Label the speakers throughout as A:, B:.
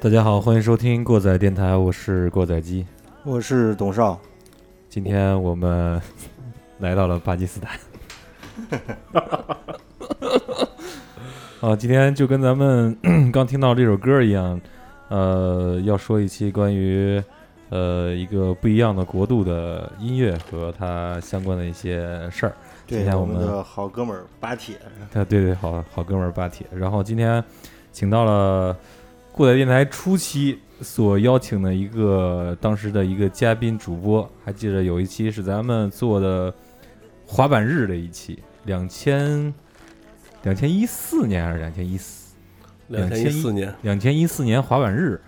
A: 大家好，欢迎收听过载电台，我是过载机。
B: 我是董少，
A: 今天我们来到了巴基斯坦。啊，今天就跟咱们 刚听到这首歌一样，呃，要说一期关于呃一个不一样的国度的音乐和它相关的一些事儿。今
B: 对
A: 天我
B: 我
A: 们
B: 们的好哥们儿巴铁，
A: 他啊对对，好好哥们儿巴铁。然后今天请到了过载电台初期所邀请的一个当时的一个嘉宾主播，还记得有一期是咱们做的滑板日的一期，两千两千一四年还是两千一四
C: 两千一四年，
A: 两千一四年滑板日，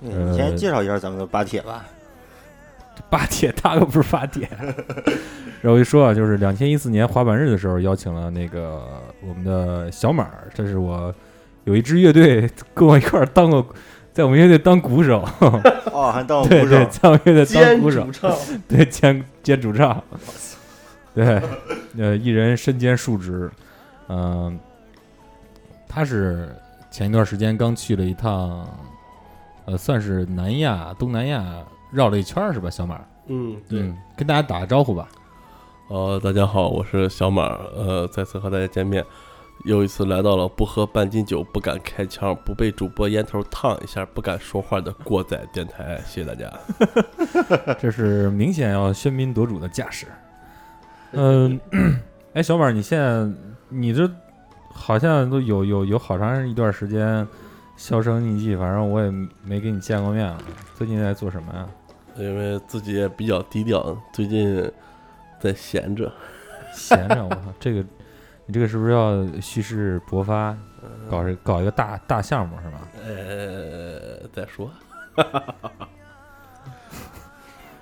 B: 嗯
A: 呃
B: 你先介绍一下咱们的巴 铁吧。
A: 巴铁他可不是巴 铁。然后一说啊，就是两千一四年滑板日的时候，邀请了那个我们的小马儿，这是我有一支乐队跟我一块儿当过，在我们乐队当鼓 手，
B: 哦，还当我
A: 对
B: 鼓手
A: 对，，在我们乐队当 鼓手，
C: 唱，
A: 对兼兼主 唱，对，呃，一人身兼数职，嗯、他是前一段时间刚去了一趟，呃，算是南亚、东南亚绕了一圈儿是吧，小马儿？
C: 嗯，对，
A: 嗯，跟大家打个招呼吧。
C: 呃，大家好，我是小马，呃，再次和大家见面，又一次来到了不喝半斤酒不敢开枪，不被主播烟头烫一下不敢说话的过载电台，谢谢大家。
A: 这是明显要喧宾夺主的架势。嗯，哎，小马，你现在你这好像都有有有好长一段时间销声匿迹，反正我也没跟你见过面了。最近在做什么呀？
C: 因为自己也比较低调，最近在闲着，
A: 闲着，我操，这个你这个是不是要蓄势勃发，搞这搞一个大大项目是吧？
C: 呃，再说，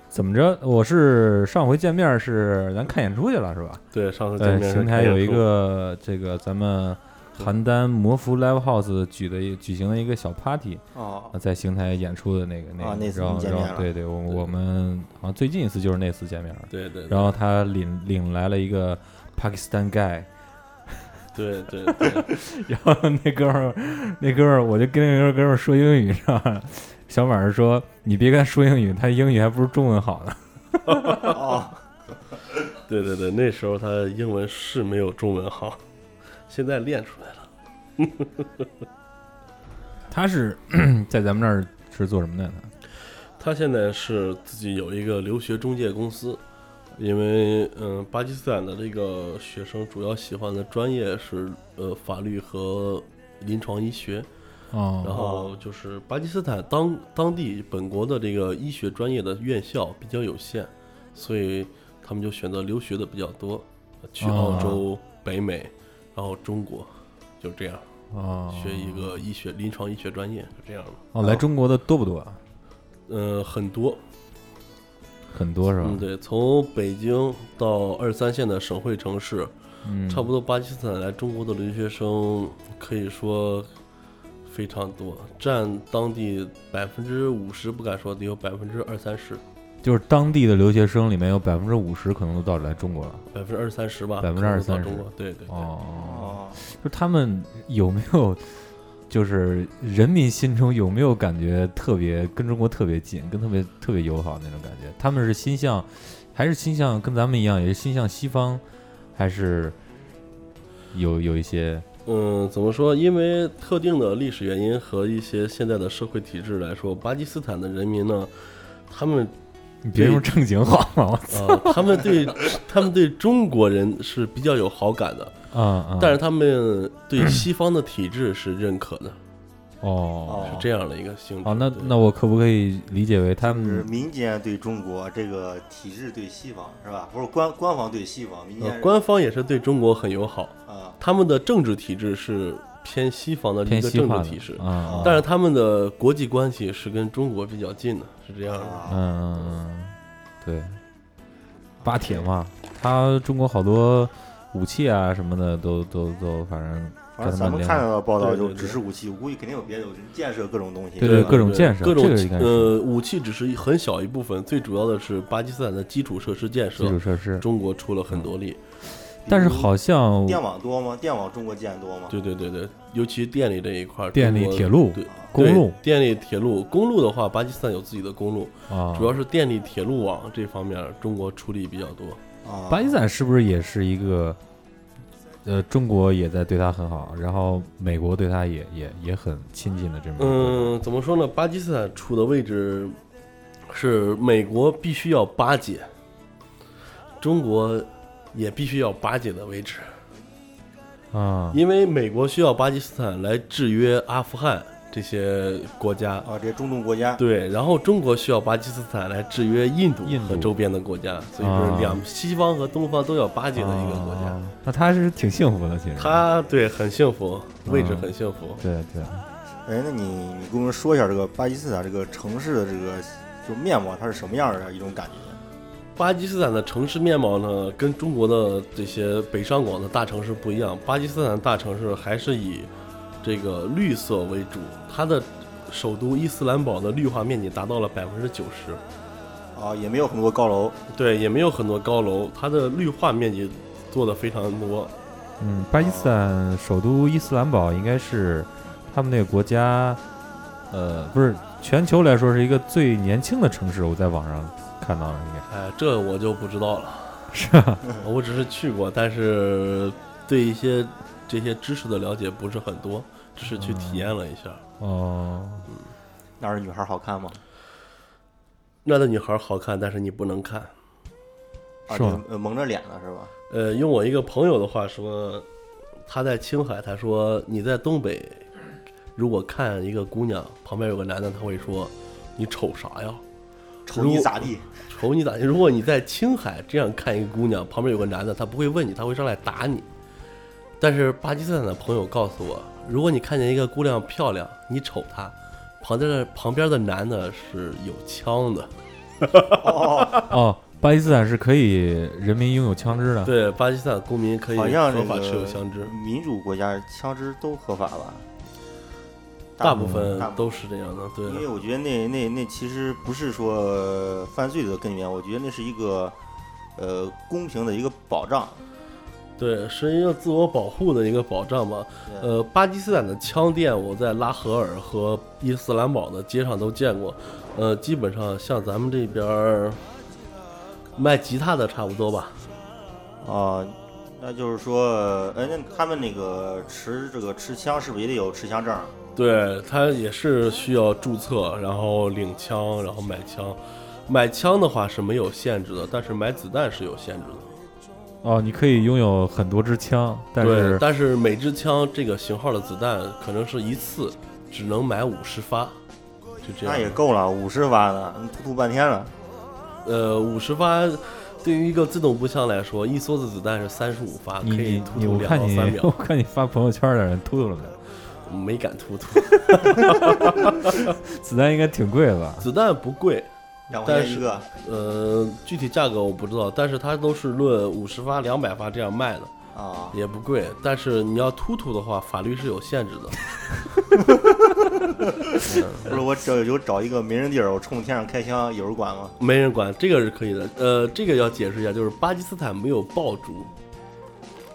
A: 怎么着？我是上回见面是咱看演出去了是吧？
C: 对，上次见
A: 呃，
C: 面是
A: 邢台
C: 看演
A: 有一
C: 出
A: 个这个咱们邯郸魔福 Live House 举的一举行了一个小 party，
B: 哦
A: 呃，在邢台演出的那个那个，
B: 啊那次
A: 然
B: 我
A: 后
B: 们见
A: 然
B: 面
A: 后
B: 了
A: 对对，我
C: 对
A: 我们好像最近一次就是那次见面了，
C: 对对，
A: 然后他领领来了一个 Pakistan guy，
C: 对对对，
A: 然后那哥们儿那哥们儿我就跟那个哥们儿说英语，知道吧？小马儿说你别跟他说英语，他英语还不如中文好呢。
B: 哦，
C: 对对对，那时候他英文是没有中文好，现在练出来了。
A: 他是在咱们那儿是做什么的呢？
C: 他现在是自己有一个留学中介公司，因为嗯、呃巴基斯坦的这个学生主要喜欢的专业是呃法律和临床医学，然
A: 哦，
C: 后就是巴基斯坦当当地本国的这个医学专业的院校比较有限，所以他们就选择留学的比较多，去
A: 哦
C: 澳洲、北美，然后中国，就这样。
A: 哦，
C: 学一个医学临床医学专业，就这样了。
A: 哦，来中国的多不多？啊？
C: 呃，很多，
A: 很多是吧？
C: 嗯，对，从北京到二三线的省会城市，
A: 嗯
C: 差不多巴基斯坦来中国的留学生可以说非常多，占当地百分之五十，不敢说得有百分之二三十，
A: 就是当地的留学生里面有百分之五十可能都到这来中国了。
C: 百分之二三十吧，
A: 20-30%
C: 可能到中国，对对对，
A: 哦，
B: 哦，
A: 就是他们有没有，就是人民心中有没有感觉特别跟中国特别近，跟特别特别友好那种感觉？他们是心向，还是心向跟咱们一样，也是心向西方，还是有有一些
C: 嗯，怎么说？因为特定的历史原因和一些现在的社会体制来说，巴基斯坦的人民呢，他们
A: 你别用正经好吗？
C: 啊，他们对 他们对中国人是比较有好感的，
A: 啊啊！
C: 但是他们对西方的体制是认可的，
A: 哦
C: 是这样的一个性质。
A: 嗯哦，那
C: 对
A: 那我可不可以理解为他
B: 就是
A: 们
B: 民间对中国这个体制对西方是吧？不是官官方对西方，民间
C: 呃
B: 是
C: 官方也是对中国很友好，
A: 呃
B: 啊
C: 他们的政治体制是偏西方的一
A: 偏
C: 个
A: 西
C: 政
A: 化
C: 治体制
A: 的，啊？
C: 但是他们的国际关系是跟中国比较近的，是这样的。
B: 啊，
A: 嗯，对，巴铁嘛，他中国好多武器啊什么的都都都，反正
B: 反
A: 咱
B: 正咱
A: 们
B: 们
A: 连
B: 看到的报道
C: 对对
B: 就
C: 对
B: 只是武器，我估计肯定有别的，有建设各种东西，
A: 对
B: 是吧
A: 各种建设
C: 各种
A: 这个应该是
C: 呃武器只是很小一部分，最主要的是巴基斯坦的基础设施建
A: 基
C: 设
A: 础，设施嗯
C: 中国出了很多力。
A: 但是好像
B: 嗯电网多吗？电网中国建多吗？
C: 对对对对，尤其电力这一块儿，
A: 电力
C: 中国
A: 铁路
C: 对
A: 公路
C: 对电力、铁路、公路的话，巴基斯坦有自己的公路，
A: 啊，
C: 主要是电力、铁路网这方面，中国出力比较多。
B: 啊，
A: 巴基斯坦是不是也是一个，呃，中国也在对他很好，然后美国对他也也也很亲近的这么一个国家
C: 嗯，怎么说呢？巴基斯坦处的位置是美国必须要巴结，中国也必须要巴结的位置，嗯
A: 啊，
C: 因为美国需要巴基斯坦来制约阿富汗这些国家。
B: 啊，这中东国家
C: 对，然后中国需要巴基斯坦来制约印度
A: 印
C: 和
A: 度
C: 周边的国家，所以说
A: 啊
C: 两西方和东方都要巴结的一个国家。
A: 啊那他是挺幸福的，其实
C: 他对很幸福，位置很幸福。
A: 对对，
B: 哎，那你你给我们说一下这个巴基斯坦这个城市的这个就面貌，它是什么样的一种感觉？
C: 巴基斯坦的城市面貌呢，跟中国的这些北上广的大城市不一样。巴基斯坦大城市还是以这个绿色为主，它的首都伊斯兰堡的绿化面积达到了百分之九十。
B: 啊，也没有很多高楼，
C: 对，也没有很多高楼，它的绿化面积做的非常多。
A: 嗯，巴基斯坦首都伊斯兰堡应该是他们那个国家，呃，不是全球来说是一个最年轻的城市，我在网上看到了，应该
C: 哎，这我就不知道了，
A: 是吧？
C: 我只是去过，但是对一些这些知识的了解不是很多，只是去体验了一下。
A: 哦，
B: 那儿的女孩好看吗？
C: 那的女孩好看，但是你不能看。
B: 啊，
A: 是吗
B: 就呃蒙着脸呢是吧？
C: 呃，用我一个朋友的话说，他在青海，他说你在东北，如果看一个姑娘旁边有个男的，他会说你瞅啥呀？
B: 瞅你咋 地？
C: 瞅你咋地？如果你在青海这样看一个姑娘，旁边有个男的，他不会问你，他会上来打你。但是巴基斯坦的朋友告诉我，如果你看见一个姑娘漂亮，你瞅她，旁边的旁边的男的是有枪的。
B: 哦，
A: 哦，巴基斯坦是可以人民拥有枪支的，
C: 对，巴基斯坦公民可以
B: 好像这
C: 合
B: 个
C: 法持有枪支，
B: 民主国家枪支都合法吧？
C: 大部分
B: 大部
C: 都是这样的。对，
B: 因为我觉得那那那其实不是说呃犯罪的根源，我觉得那是一个呃公平的一个保障。
C: 对，是一个自我保护的一个保障吧。呃，巴基斯坦的枪店，我在拉合尔和伊斯兰堡的街上都见过。呃，基本上像咱们这边儿卖吉他的差不多吧。
B: 啊、那就是说，哎，那他们那个持这个持枪是不是也得有持枪证？
C: 对，他也是需要注册，然后领枪，然后买枪。买枪的话是没有限制的，但是买子弹是有限制的。
A: 哦，你可以拥有很多支枪，但
C: 对
A: 是，
C: 但是每支枪这个型号的子弹可能是一次只能买五十发，就这样。
B: 那也够了，五十发呢，突突半天了。
C: 呃，五十发对于一个自动步枪来说，一梭子子弹是三十五发，可
A: 你
C: 以
A: 你
C: 突
A: 你，
C: 突
A: 我
C: 两
A: 看
C: 到
A: 你
C: 三
A: 我
C: 秒，
A: 看你发朋友圈的人秃噜了没有？
C: 没敢突突。
A: 子弹应该挺贵吧？
C: 子弹不贵，
B: 两块钱一个，
C: 呃，具体价格我不知道，但是它都是论五十发、两百发这样卖的，
B: 啊，
C: 也不贵。但是你要突突的话，法律是有限制的。
B: 不是我找就找一个没人地儿，我冲天上开枪，有人管吗？
C: 没人管，这个是可以的。呃，这个要解释一下，就是巴基斯坦没有爆竹，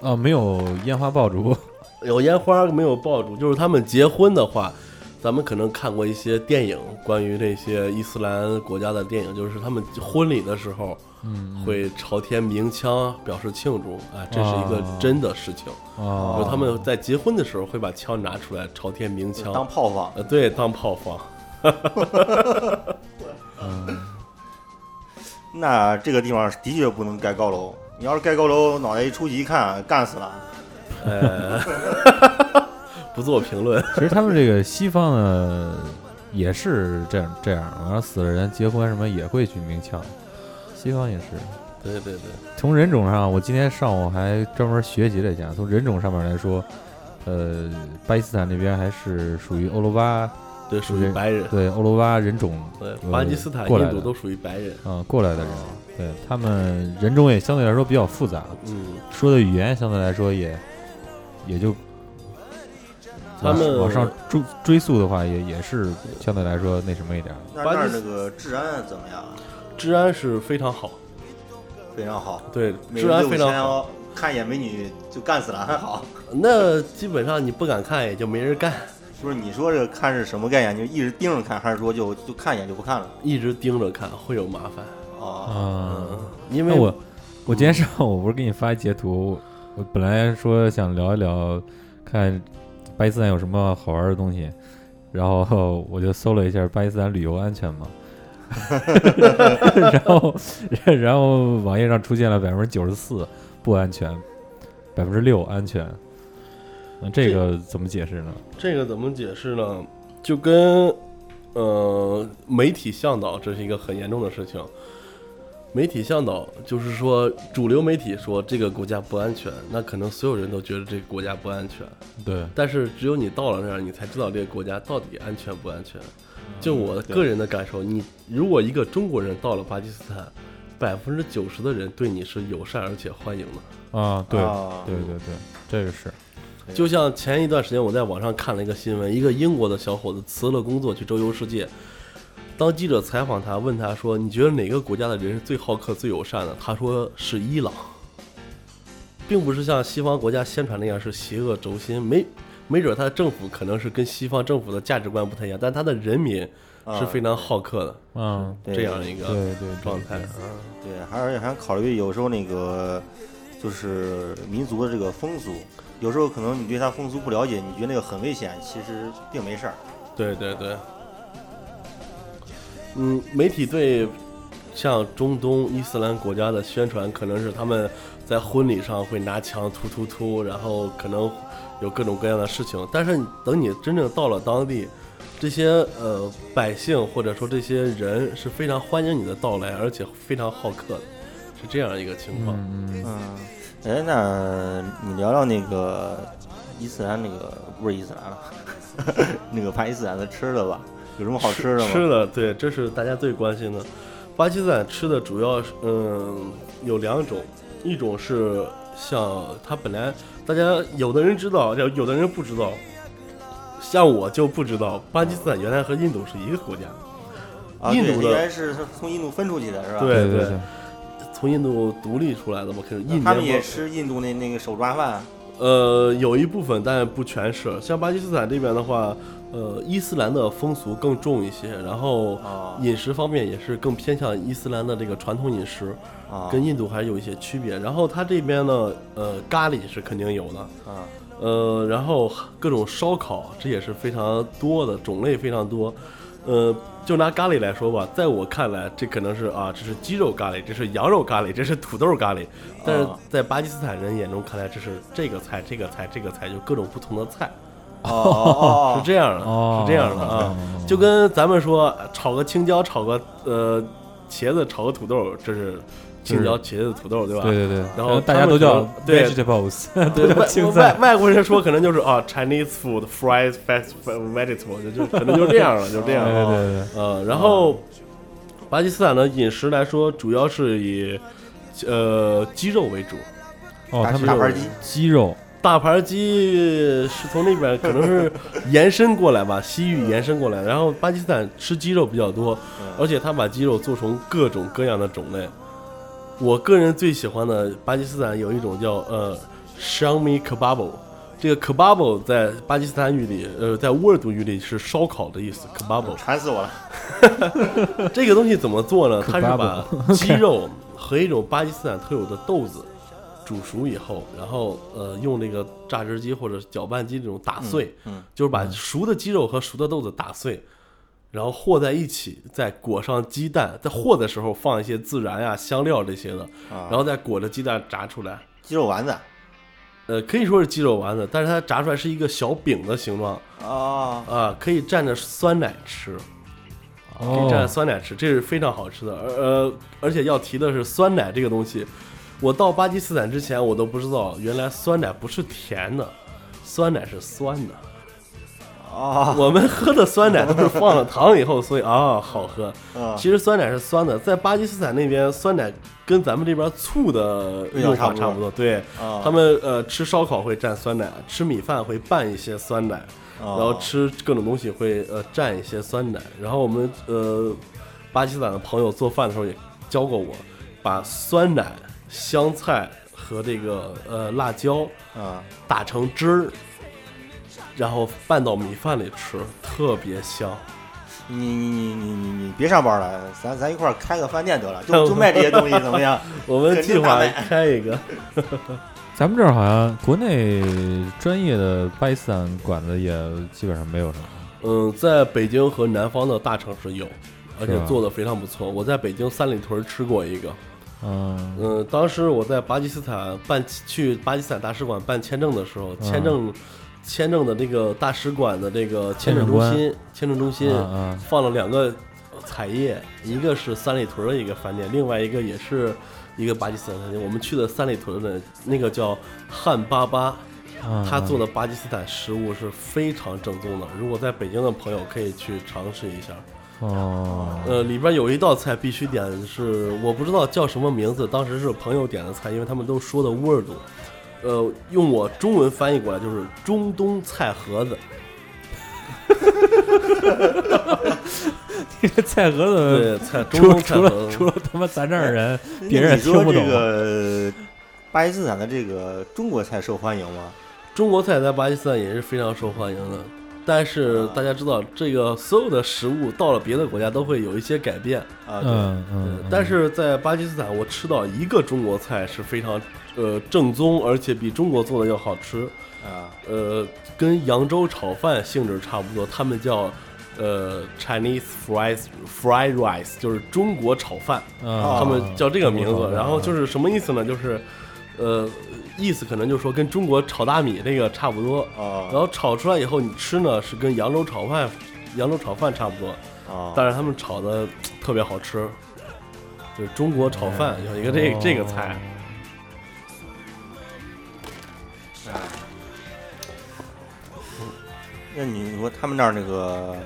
A: 哦，没有烟花爆竹，
C: 有烟花没有爆竹，就是他们结婚的话，咱们可能看过一些电影，关于这些伊斯兰国家的电影，就是他们婚礼的时候，嗯，会朝天鸣枪表示庆祝，啊，这是一个
A: 啊
C: 真的事情，
A: 哦，
C: 就是他们在结婚的时候会把枪拿出来朝天鸣
B: 当
C: 枪，
B: 炮放。
C: 呃，对，当炮放。
B: 那这个地方的确不能盖高楼，你要是盖高楼，脑袋一出去一看，干死了。
C: 呃，不做评论，
A: 其实他们这个西方呢也是这样这样，然后死了人结婚什么也会去鸣枪，西方也是。
C: 对对对，
A: 从人种上，我今天上午还专门学习了一下，从人种上面来说，呃，巴基斯坦那边还是属于欧罗巴，
C: 对，属于白人，
A: 对欧罗 巴人种
C: 对，
A: 呃
C: 巴基斯坦、
A: 过来
C: 印
A: 的
C: 度都属于白人，
A: 啊、过来的人，对他们人种也相对来说比较复杂，
C: 嗯。
A: 说的语言相对来说也也就
C: 他们
A: 往上追追溯的话也，也是相对来说那什么一点儿。
B: 那
C: 巴
B: 那儿
C: 基斯
B: 那个治安怎么样？
C: 治安是非常好，
B: 非常好，
C: 对，
B: 每
C: 治
B: 人
C: 安
B: 六
C: 非
B: 千
C: 常好。
B: 哦，看一眼美女就干死了还好，
C: 那基本上你不敢看，也就没人干，
B: 不是你说这看是什么概念？就一直盯着看，还是说就就看一眼就不看了？
C: 一直盯着看会有麻烦。
B: 哦，
A: 啊。
C: 因
A: 那
C: 为
A: 我我今天上午不是给你发一截图，我本来说想聊一聊，看巴基斯坦有什么好玩的东西，然后 我就搜了一下巴基斯坦旅游安全嘛， 然后 然后网页上出现了百分之九十四不安全，百分之六安全，那这个怎么解释呢？
C: 这个怎么解释呢？就跟呃媒体向导这是一个很严重的事情。媒体向导就是说，主流媒体说这个国家不安全，那可能所有人都觉得这个国家不安全，
A: 对，
C: 但是只有你到了那儿，你才知道这个国家到底安全不安全。就我个人的感受，你如果一个中国人到了巴基斯坦，百分之九十的人对你是友善而且欢迎的。
A: 啊，对，
B: 啊
A: 对对对，这个是，
C: 就像前一段时间我在网上看了一个新闻，一个英国的小伙子辞了工作去周游世界。当记者采访他，问他说：“你觉得哪个国家的人是最好客、最友善的？”他说是伊朗，并不是像西方国家宣传那样是邪恶轴心。没没准他的政府可能是跟西方政府的价值观不太一样，但他的人民是非常好客的，
A: 嗯，
B: 对
C: 这样一
A: 对
C: 个
A: 对对，
C: 状态。
A: 对
C: 啊
B: 对，还是还考虑有时候那个就是民族的这个风俗，有时候可能你对他风俗不了解，你觉得那个很危险，其实并没事儿。
C: 对对对，嗯，媒体对像中东伊斯兰国家的宣传，可能是他们在婚礼上会拿枪突突突，然后可能有各种各样的事情。但是你等你真正到了当地，这些呃百姓或者说这些人是非常欢迎你的到来，而且非常好客的，是这样一个情况。
A: 嗯嗯，
B: 嗯，哎，那你聊聊那个伊斯兰那个不是伊斯兰了， 那个巴基斯坦的吃的吧，有什么好吃的吗？
C: 吃的，对，这是大家最关心的。巴基斯坦吃的主要是，嗯，有两种，一种是像它本来大家有的人知道，有有的人不知道，像我就不知道，巴基斯坦原来和印度是一个国家，
B: 啊，
C: 印
B: 对
C: 度
B: 应
C: 的
B: 该是从印度分出去的是吧？
C: 对
A: 对
C: 对从印度独立出来的嘛，可是印
B: 那
C: 度
B: 他们也吃印度那那个手抓饭，
C: 呃，有一部分，但不全是。像巴基斯坦这边的话，呃，伊斯兰的风俗更重一些，然后
B: 啊
C: 饮食方面也是更偏向伊斯兰的这个传统饮食。
B: 啊
C: 跟印度还是有一些区别。然后它这边呢，呃，咖喱是肯定有的，
B: 啊
C: 呃，然后各种烧烤，这也是非常多的，种类非常多。呃，就拿咖喱来说吧，在我看来，这可能是啊，这是鸡肉咖喱，这是羊肉咖喱，这是土豆咖喱。但是在巴基斯坦人眼中看来，这是这个菜、这个菜、这个菜，就各种不同的菜，
B: 哦哦
C: 是这样的，
A: 哦，
C: 是这样的啊。
A: 嗯
C: 就跟咱们说炒个青椒，炒个呃茄子，炒个土豆，这是青椒、茄子、土豆，对吧？
A: 对对对，
C: 然后
A: 大家
C: 他们
A: 都叫
C: 可能对
A: vegetables，都
C: 对
A: 叫
C: 外
A: 青
C: 外
A: 菜。
C: 外国人说可能就是啊，Chinese food, fried, fast vegetable，就就可能就这样 了，就这
A: 对
C: 样了。
A: 对对对，
C: 呃，然后巴基斯坦的饮食来说，主要是以呃鸡肉为主，
A: 哦，
B: 大
A: 他们
B: 大
A: 是
B: 盘鸡。
A: 鸡肉，
C: 大盘鸡是从那边可能是延伸过来吧，西域延伸过来。然后巴基斯坦吃鸡肉比较多，而且他把鸡肉做成各种各样的种类。我个人最喜欢的巴基斯坦有一种叫呃 shami kebab，这个 kebab 在巴基斯坦语里，呃，在乌尔都语里是烧烤的意思，kebab
B: 馋死我了
C: 这个东西怎么做呢？它是
A: Kebab
C: 把 鸡肉和一种巴基斯坦特有的豆子煮熟以后，然后呃用那个榨汁机或者搅拌机这种打碎，
B: 嗯
C: 就是把熟的鸡肉和熟的豆子打碎，然后和在一起，再裹上鸡蛋，在和的时候放一些孜然呀、香料这些的，
B: 啊
C: 然！后再裹着鸡蛋炸出来。
B: 鸡肉丸子
C: 呃，可以说是鸡肉丸子，但是它炸出来是一个小饼的形状
B: 啊
C: 啊、可以蘸着酸奶吃。可以蘸着
A: 哦，
C: 酸奶吃，这是非常好吃的。而呃，而且要提的是，酸奶这个东西，我到巴基斯坦之前我都不知道，原来酸奶不是甜的，酸奶是酸的。
B: 啊
C: 我们喝的酸奶都是放了糖以后，所以啊好喝。
B: 啊！
C: 其实酸奶是酸的，在巴基斯坦那边，酸奶跟咱们这边醋的
B: 味道
C: 用
B: 差
C: 法
B: 不多
C: 差不多。对，
B: 啊
C: 他们呃吃烧烤会蘸酸奶，吃米饭会拌一些酸奶，然后吃各种东西会呃蘸一些酸奶。然后我们呃巴基斯坦的朋友做饭的时候也教过我，把酸奶、香菜和这个呃辣椒
B: 啊，
C: 打成汁儿，然后拌到米饭里吃，特别香。
B: 你你你你你你别上班了，咱咱一块儿开个饭店得了，就就卖这些东西怎么样？
C: 我们计划开一个，
A: 咱们这儿好像国内专业的巴基斯坦馆子也基本上没有什么。
C: 嗯，在北京和南方的大城市有，而
A: 是
C: 且
A: 吧
C: 做的非常不错。我在北京三里屯吃过一个，
A: 嗯，
C: 嗯，当时我在巴基斯坦办去巴基斯坦大使馆办签证的时候，
A: 嗯
C: 签证签证的那个大使馆的这个签证中心，签证中心
A: 嗯嗯
C: 放了两个彩页，一个是三里屯的一个饭店，另外一个也是一个巴基斯坦餐厅。我们去的三里屯的那个叫汉巴巴，
A: 嗯
C: 他做的巴基斯坦食物是非常正宗的。如果在北京的朋友可以去尝试一下。
A: 哦，
C: 呃，里边有一道菜必须点的是，我不知道叫什么名字，当时是朋友点的菜，因为他们都说的乌尔都，呃，用我中文翻译过来就是中东菜盒子。
A: 这个菜盒子，
C: 对， 菜中
A: 除
C: 东菜
A: 嗯除
C: 盒
A: 了除
C: 子。
A: 了他妈咱这儿人，
B: 哎那
A: 别人
B: 你
A: 听
B: 说
A: 不
B: 这
A: 懂。
B: 个巴基斯坦的这个中国菜受欢迎吗？
C: 中国菜在巴基斯坦也是非常受欢迎的，但是大家知道，这个所有的食物到了别的国家都会有一些改变。
B: 啊，对，
A: 嗯
C: 对
A: 嗯，
C: 但是在巴基斯坦，我吃到一个中国菜是非常，呃，正宗，而且比中国做的要好吃。
B: 啊，
C: 呃，跟扬州炒饭性质差不多，他们叫呃 Chinese fries fried rice，就是中国炒饭，
A: 啊
C: 他们叫这个名字。然后就是是什么意思呢？就是呃，意思可能就是说跟中国炒大米这个差不多。然
B: 哦，
C: 后炒出来以后，你吃呢是跟扬州炒饭、扬州炒饭差不多，
B: 哦，
C: 但是他们炒的特别好吃，就是中国炒饭有一个这这个菜。
B: 哎那你说他们那儿那个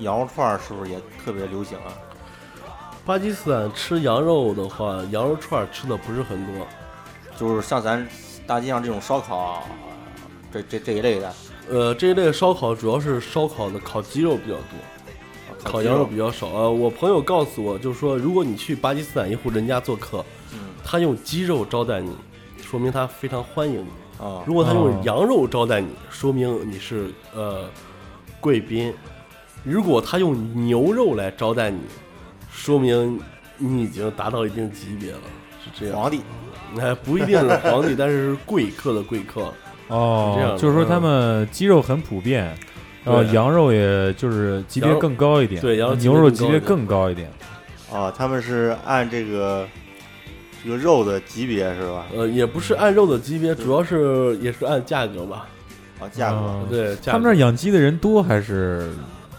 B: 羊肉串儿是不是也特别流行啊？
C: 巴基斯坦吃羊肉的话，羊肉串儿吃的不是很多，
B: 就是像咱大街上这种烧烤，这这这一类的，
C: 呃，这一类烧烤主要是烧烤的烤鸡肉比较多，烤
B: 鸡
C: 羊肉比较少。呃，我朋友告诉我，就是说，如果你去巴基斯坦一户人家做客，
B: 嗯
C: 他用鸡肉招待你，说明他非常欢迎你；
B: 啊
C: 如果他
A: 哦
C: 用羊肉招待你，说明你是呃贵宾；如果他用牛肉来招待你，说明你已经达到一定级别了，是这样。
B: 皇帝
C: 哎，不一定是皇 帝，但是是贵客的贵客。是这样
A: 哦，
C: 的
A: 就是说他们鸡肉很普遍，然后
C: 对
A: 羊肉也就是级别
C: 羊肉
A: 更高一点，
C: 对羊肉级别
A: 牛肉
C: 更
A: 级别
C: 高一点
A: 更高一点。
B: 啊，他们是按这个这个肉的级别是吧？
C: 呃，也不是按肉的级别，主要是也是按价格吧。
B: 啊，价格
A: 嗯
C: 对，
A: 他
C: 价
A: 们那儿
C: 格
A: 养鸡的人多还是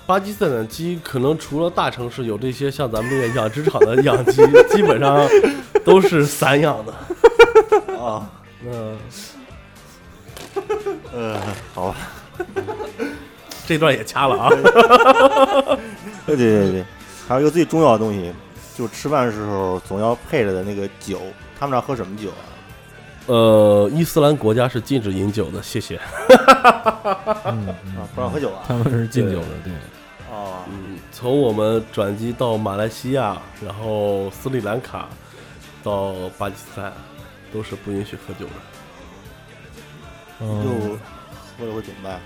C: 巴基斯坦的鸡，可能除了大城市有这些像咱们这个养殖场的养鸡， 基本上都是散养的。
B: 啊，
C: 嗯，
B: 呃，好吧，
C: 这段也掐了 啊。
B: 对对对对，还有一个最重要的东西，就是吃饭的时候总要配着的那个酒，他们那儿喝什么酒啊？
C: 呃，伊斯兰国家是禁止饮酒的，谢谢。
A: 嗯，
B: 啊
A: 嗯，
B: 不让喝酒啊？
A: 他们是禁酒的，对。
B: 啊，
C: 嗯，从我们转机到马来西亚，然后斯里兰卡，到巴基斯坦，都是不允许喝酒的。
A: 嗯
C: 嗯
B: 又喝了会怎么办？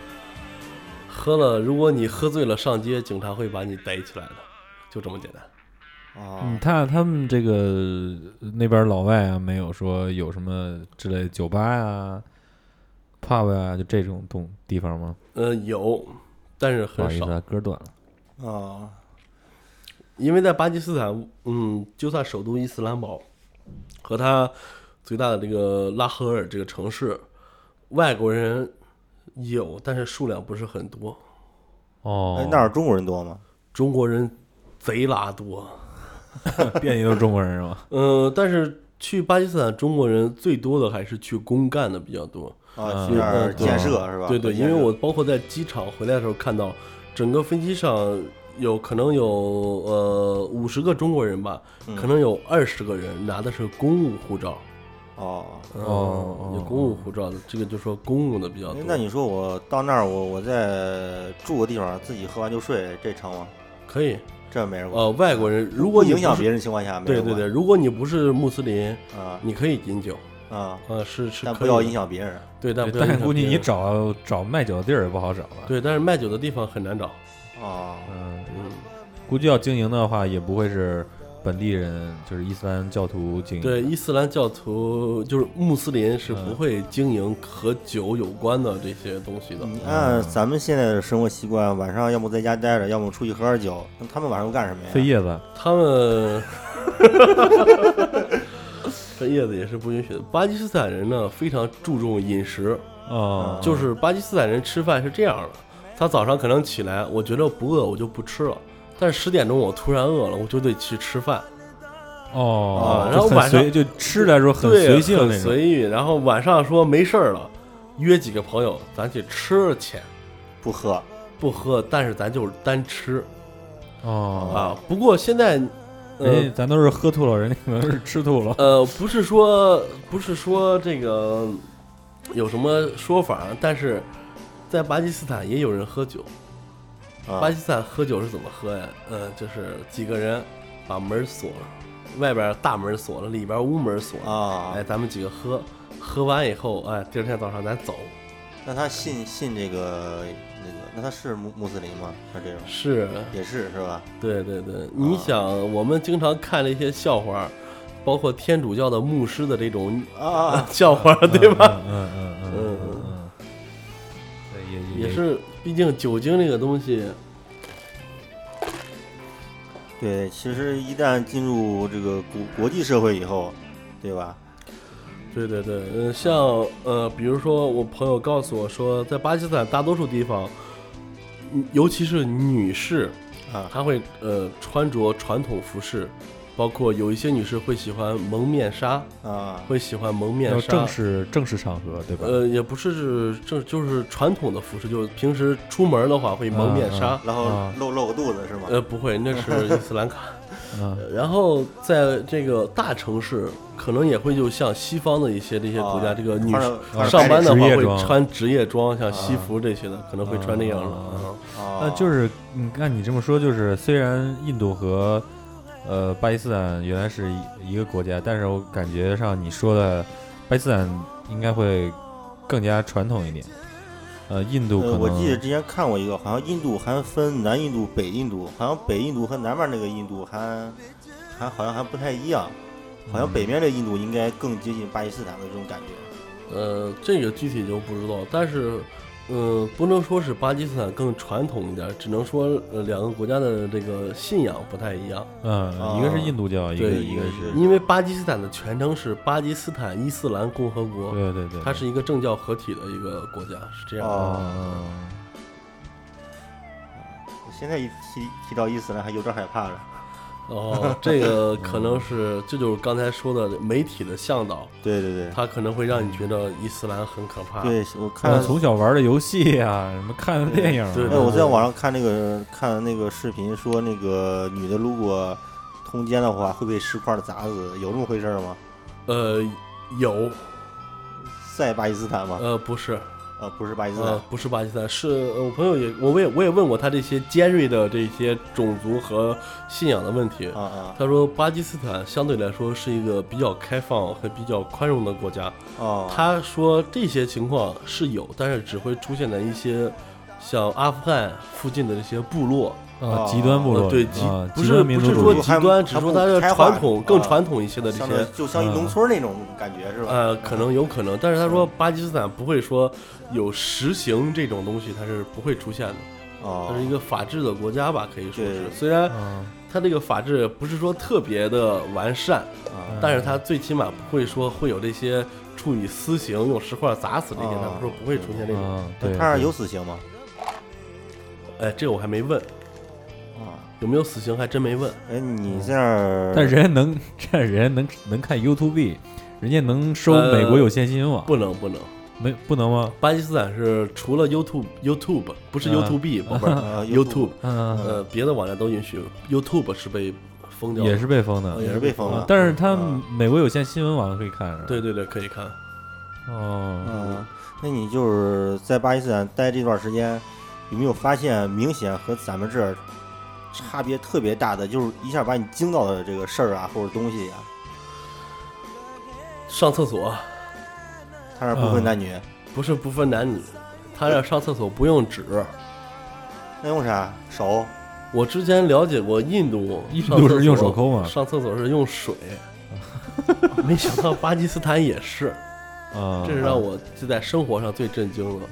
C: 喝了，如果你喝醉了上街，警察会把你逮起来的，就这么简单。
A: 嗯，
B: 啊，
A: 他他们这个那边老外啊，没有说有什么之类酒吧呀、pub 呀，就这种东地方吗？
C: 呃，有，但是
A: 不好
C: 很
A: 意思
C: 少，
A: 啊，歌断了。
C: 哦
B: 啊，
C: 因为在巴基斯坦，嗯，就算首都伊斯兰堡和它最大的这个拉合尔这个城市，外国人有，但是数量不是很多，
A: 哦
B: 哎，那儿中国人多吗？
C: 中国人贼拉多。
A: 遍地都是中国人是吧？
C: 嗯、但是去巴基斯坦，中国人最多的还是去公干的比较多。
B: 啊，
A: 嗯
B: 去那儿
C: 对
B: 建设是吧？
C: 对对，
B: 和
C: 因
B: 建
C: 为
B: 设
C: 我包括在机场回来的时候看到，整个飞机上有可能有呃五十个中国人吧，
B: 嗯
C: 可能有二十个人拿的是公务护照。
B: 哦，
C: 嗯
A: 哦
C: 有公务护照的，这个就说公务的比较多。
B: 哎那你说我到那儿，我我在住个地方自己喝完就睡，这成吗？
C: 可以，
B: 这没人管。
C: 呃，外国人如果
B: 不
C: 你
B: 影响
C: 不是
B: 别人的情况下，没
C: 对
B: 人
C: 对
B: 管
C: 对，如果你不是穆斯林，
B: 啊
C: 你可以饮酒，
B: 啊啊，
C: 呃，是是
B: 但
C: 可
B: 不
C: 以
B: 要
C: 的
B: 影响别人。
C: 对，但不要影
A: 但
C: 响
A: 估计
C: 别
A: 你
C: 人
A: 找找卖酒的地儿也不好找吧？，
C: 对，但是卖酒的地方很难找，
B: 啊，
A: 嗯，
C: 嗯，
A: 估计要经营的话，也不会是本地人，就是伊斯兰教徒经营。
C: 对，，伊斯兰教徒就是穆斯林是不会经营和酒有关的这些东西的。
A: 嗯
C: 嗯
B: 你按咱们现在的生活习惯，晚上要么在家待着，要么出去喝点酒。那他们晚上都干什么呀？
A: 飞叶子，
C: 他们 这叶子也是不允许的。巴基斯坦人呢非常注重饮食，
A: 哦，
C: 就是巴基斯坦人吃饭是这样的，他早上可能起来，我觉得不饿，我就不吃了。但是十点钟我突然饿了，我就得去吃饭。
A: 哦就
C: 啊，然后
A: 很
C: 晚上
A: 随就吃来说很
C: 对
A: 随性那
C: 很
A: 种。
C: 随意。然后晚上说没事儿了，约几个朋友，咱去吃去，
B: 不喝。
C: 不喝，但是咱就是单吃
A: 哦，
C: 啊。不过现在，
A: 人家
C: 呃
A: 咱都是喝吐了，人家可能是吃吐 了。
C: 呃，不是说不是说这个有什么说法，但是在巴基斯坦也有人喝酒。
B: 啊
C: 巴基斯坦喝酒是怎么喝呀？呃，就是几个人把门锁了，外边大门锁了，里边屋门锁了。
B: 啊
C: 哎，，咱们几个喝，喝完以后，哎，第二天早上咱走。
B: 那他信信这个那个，那他是穆穆斯林吗？他这种
C: 是，
B: 也是是吧？啊
C: 对对对，你想，我们经常看的一些笑话，包括天主教的牧师的这种
B: 啊，
C: 笑话，对吧？
A: 嗯嗯嗯嗯嗯嗯，对，也
C: 也是，毕竟酒精这个东西，
B: 对，其实一旦进入这个国国际社会以后，对吧？
C: 对对对，嗯、像呃，比如说我朋友告诉我说，在巴基斯坦大多数地方，嗯尤其是女士，
B: 啊
C: 她会呃穿着传统服饰，包括有一些女士会喜欢蒙面纱，
B: 啊
C: 会喜欢蒙
A: 要
C: 面纱，
A: 正式正式场合，对吧？
C: 啊呃，也不是这就是传统的服饰，就是平时出门的话会蒙面纱，
B: 然后
A: 啊
B: 露露个肚子是吗？
C: 呃，不会，那是伊斯兰卡。
A: 嗯
C: 呃然后在这个大城市，可能也会就像西方的一些这些国家，
B: 啊
C: 这个女
B: 穿
C: 士
B: 着穿着
C: 上班的话
A: 白领职业
C: 会
A: 装
C: 穿职业装，像西服这些的，可能会穿这样的。
A: 啊
C: 嗯
B: 啊，
A: 那就是你按你这么说，就是虽然印度和呃巴基斯坦原来是一一个国家，但是我感觉上你说的巴基斯坦应该会更加传统一点，呃，印度可
B: 呃，
A: 能、
B: 我记得之前看过一个，好像印度还分南印度、北印度，好像北印度和南面那个印度还还好像还不太一样，好
C: 嗯
B: 像北面的印度应该更接近巴基斯坦的这种感觉。
C: 呃，这个具体就不知道，但是，呃，不能说是巴基斯坦更传统一点，只能说呃两个国家的这个信仰不太一样。
A: 嗯、
B: 啊
A: 一个是印度教，一个
C: 对
A: 一个
B: 嗯
A: 是，
C: 因为巴基斯坦的全称是巴基斯坦伊斯兰共和国，
A: 对对对，
C: 它是一个政教合体的一个国家，是啊这样的。
B: 哦
A: 哦，
B: 现在一提提到伊斯兰还有点害怕了。
C: 哦，这个可
B: 嗯
C: 能是，这就是刚才说的媒体的向导，
B: 对对对，
C: 它可能会让你觉得伊斯兰很可怕。
B: 对我
A: 可
B: 看
A: 能，从小玩的游戏啊，什么看的电影、啊，
C: 对
B: 哎，我在网上看那个看那个视频，说那个女的如果通奸的话会被石块砸死，有这么回事儿吗？
C: 呃，有，
B: 在巴基斯坦吗？
C: 呃，不是，
B: 呃，不是巴基斯
C: 呃
B: 坦，，
C: 不是巴基斯坦，是呃我朋友也，我也我也问过他这些尖锐的这些种族和信仰的问题。
B: 啊啊
C: 他说，巴基斯坦相对来说是一个比较开放和比较宽容的国家。
B: 哦，
C: 他说这些情况是有，但是只会出现在一些像阿富汗附近的这些部落，
A: 啊，极端部落，
C: 呃对极
A: 啊，
C: 不
A: 极
C: 是
A: 端民
C: 不
A: 族
C: 是
A: 主
C: 说
A: 义
B: 义
C: 极端，只
B: 它
C: 是说
B: 不
C: 它的
B: 开化
C: 传统
B: 啊
C: 更传统一些的这
B: 相
C: 些嗯
B: 当，就相当于农村那种感觉是吧？
C: 呃，可能有可能，但是他说巴基斯坦不会说有实行这种东西，它是不会出现的，它是一
B: 哦，
C: 个法治的国家吧，可以说是
B: 对，
C: 虽然
A: 嗯
C: 它这个法治不是说特别的完善，
A: 嗯
B: 啊
C: 但是它最起码不会说会有这些处以私刑、用石块砸死这些，他
B: 啊
C: 说不会出现这种。
A: 啊，
B: 那
A: 对，
B: 他那儿
A: 对
B: 有死刑吗？
C: 哎，这我还没问，
B: 啊，
C: 有没有死刑还真没问。
B: 哎，你在那儿，
A: 嗯
C: 呃
A: 但人家能， 这人能能看 YouTube，人家能收美国有线新闻网，
C: 呃不能不能，
A: 没不能吗？
C: 巴基斯坦是除了 YouTube YouTube 不是
A: 啊
C: YouTube 宝贝 儿
B: 啊
C: YouTube
A: 嗯，
C: 呃别的网站都允许YouTube 是被封掉的，
A: 也是被封的
C: 呃，
B: 也是被封了
A: 啊，但是他
B: 嗯
A: 美国有线新闻网可以看，是吧
C: 对对对可以看。
A: 哦，
B: 嗯，那你就是在巴基斯坦待这段时间，有没有发现明显和咱们这儿差别特别大的，就是一下把你惊到的这个事儿啊，或者东西啊？
C: 上厕所
B: 他那儿不
A: 嗯
B: 分男女，
C: 不是不分男女，他这上厕所不用纸。
B: 那用啥？手？
C: 我之前了解过印度，
A: 印度
C: 上厕所
A: 是用手抠吗
C: 上厕所是用水， 没想到巴基斯坦也是，
A: 啊，
C: 这是让我就在生活上最震惊了。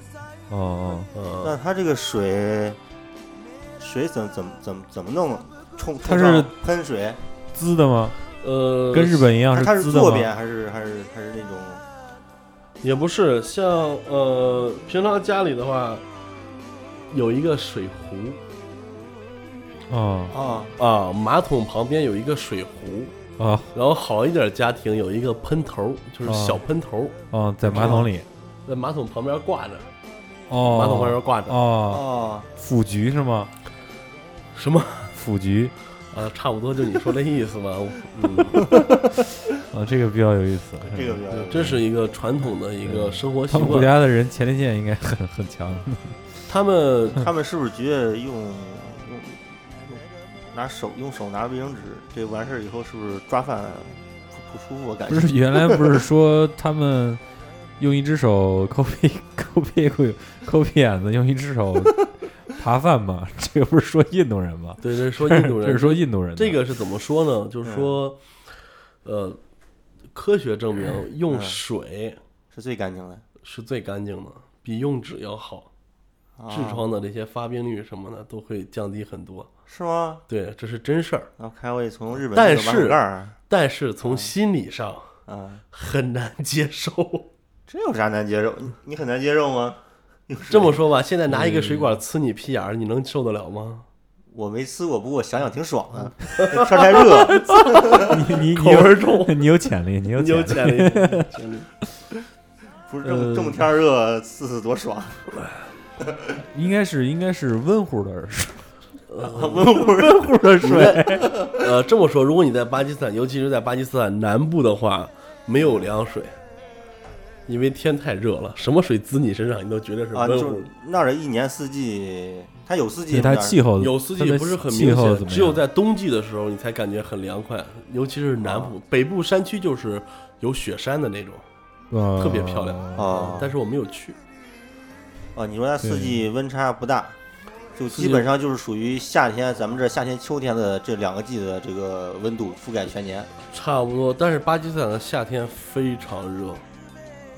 A: 哦哦，
C: 嗯，
B: 那他这个水，水怎怎么怎么怎么弄？冲
A: 他
B: 冲上
A: 是
B: 喷水，
A: 滋哦的吗？
C: 呃，
A: 跟日本一样
B: 他他是
A: 滋的
B: 坐
A: 吗？
B: 便还是还是还是那种？
C: 也不是，像呃，平常家里的话，有一个水壶
A: 啊
B: 啊
C: 啊，马桶旁边有一个水壶，
A: 啊
C: 然后好一点家庭有一个喷头，就是
A: 哦
C: 小喷头，
A: 啊，在马桶里
C: 在马桶旁边挂着，
A: 哦，
C: 马桶旁边挂着、
A: 哦，
B: 哦，
A: 腐菊是吗？
C: 什么
A: 腐菊
C: 啊，差不多就你说这意思吧。嗯，
A: 啊，这个比较有意思。
B: 这个比较有意思
C: 这是一个传统的一个生活习
A: 他们国
C: 惯。
A: 家的人前列腺应该很很强。
C: 他们
B: 他们是不是觉得用用用拿手用手拿卫生纸，这完事儿以后是不是抓饭不不舒服？我感
A: 不
B: 觉
A: 是原来不是说他们用一只手抠屁 抠屁股抠屁眼子，用一只手 扒饭吗？这个不是说印度人吗？
C: 对对说印度
A: 这
C: 人
A: 是说印度人的
C: 这个是怎么说呢？就是说，呃，科学证
A: 嗯
C: 明用水
B: 是最干净的。
C: 是最干净的，比用纸要好，
A: 哦
B: 啊
C: 痔疮的这些发病率什么的都会降低很多。
B: 是吗？
C: 对，这是真事儿。
B: 然后开会从日本
C: 但
B: 那个马桶
C: 是
B: 盖儿
C: 但是
A: 哦
C: 从心理上
B: 啊，
C: 很难接受。
B: 这有啥难接受？你你很难接受吗？用水
C: 这么说吧，现在拿一
A: 嗯
C: 个水管呲你屁眼儿，你能受得了吗？
B: 我没吃过，不过我想想挺爽的，天儿太热。
A: 你你
C: 口
A: 你
C: 味
A: 有
C: 儿重，
A: 你有潜力，你有
C: 你有
A: 力。
C: 潜力。 潜力
B: 不是这
C: 呃
B: 么这么天儿热，刺刺多爽。
A: 应该是应该是温乎的
B: 温乎热
A: 温乎的
C: 你
A: 水。
C: 在呃，这么说，如果你在巴基斯坦，尤其是在巴基斯坦南部的话，没有凉水，因为天太热了，什么水滋你身上，你都觉得是
B: 啊，
C: 温
B: 就
C: 乎
B: 是
C: 的。
B: 那儿一年四季，它有四
A: 对
B: 季吗，
A: 它气候
C: 有四季
A: 它的
C: 不是很
A: 哦气
C: 明
A: 候怎
C: 显，
A: 么
C: 只有
A: 样
C: 在冬季的时候，你才感觉很凉快，尤其是南
A: 哦
C: 部、北部山区，就是有雪山的那种，
A: 呃
C: 特别漂亮
B: 哦
C: 但是我没有去。
B: 啊，你说它四季温差不大，就基本上就是属于夏天，咱们这夏天、秋天的这两个季的这个温度覆盖全年
C: 差不多，但是巴基斯坦的夏天非常热，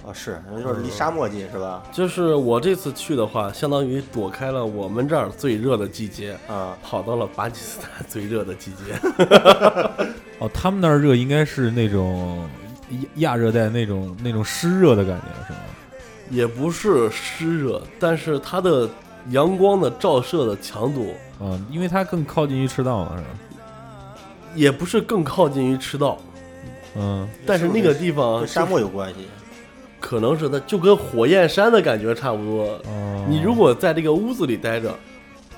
B: 啊，是，那就是
C: 嗯
B: 离沙漠近是吧？
C: 就是我这次去的话，相当于躲开了我们这儿最热的季节，
B: 啊，
C: 跑到了巴基斯坦最热的季节。
A: 哦，他们那儿热应该是那种亚亚热带那种那种湿热的感觉是吗？
C: 也不是湿热，但是它的阳光的照射的强度
A: 啊、因为它更靠近于赤道嘛，是吧？
C: 也不是更靠近于赤道，
A: 嗯，
C: 但啊是那个地
B: 跟
C: 方
B: 沙漠有关系。
C: 可能是它就跟火焰山的感觉差不多。
A: 哦，
C: 你如果在这个屋子里待着，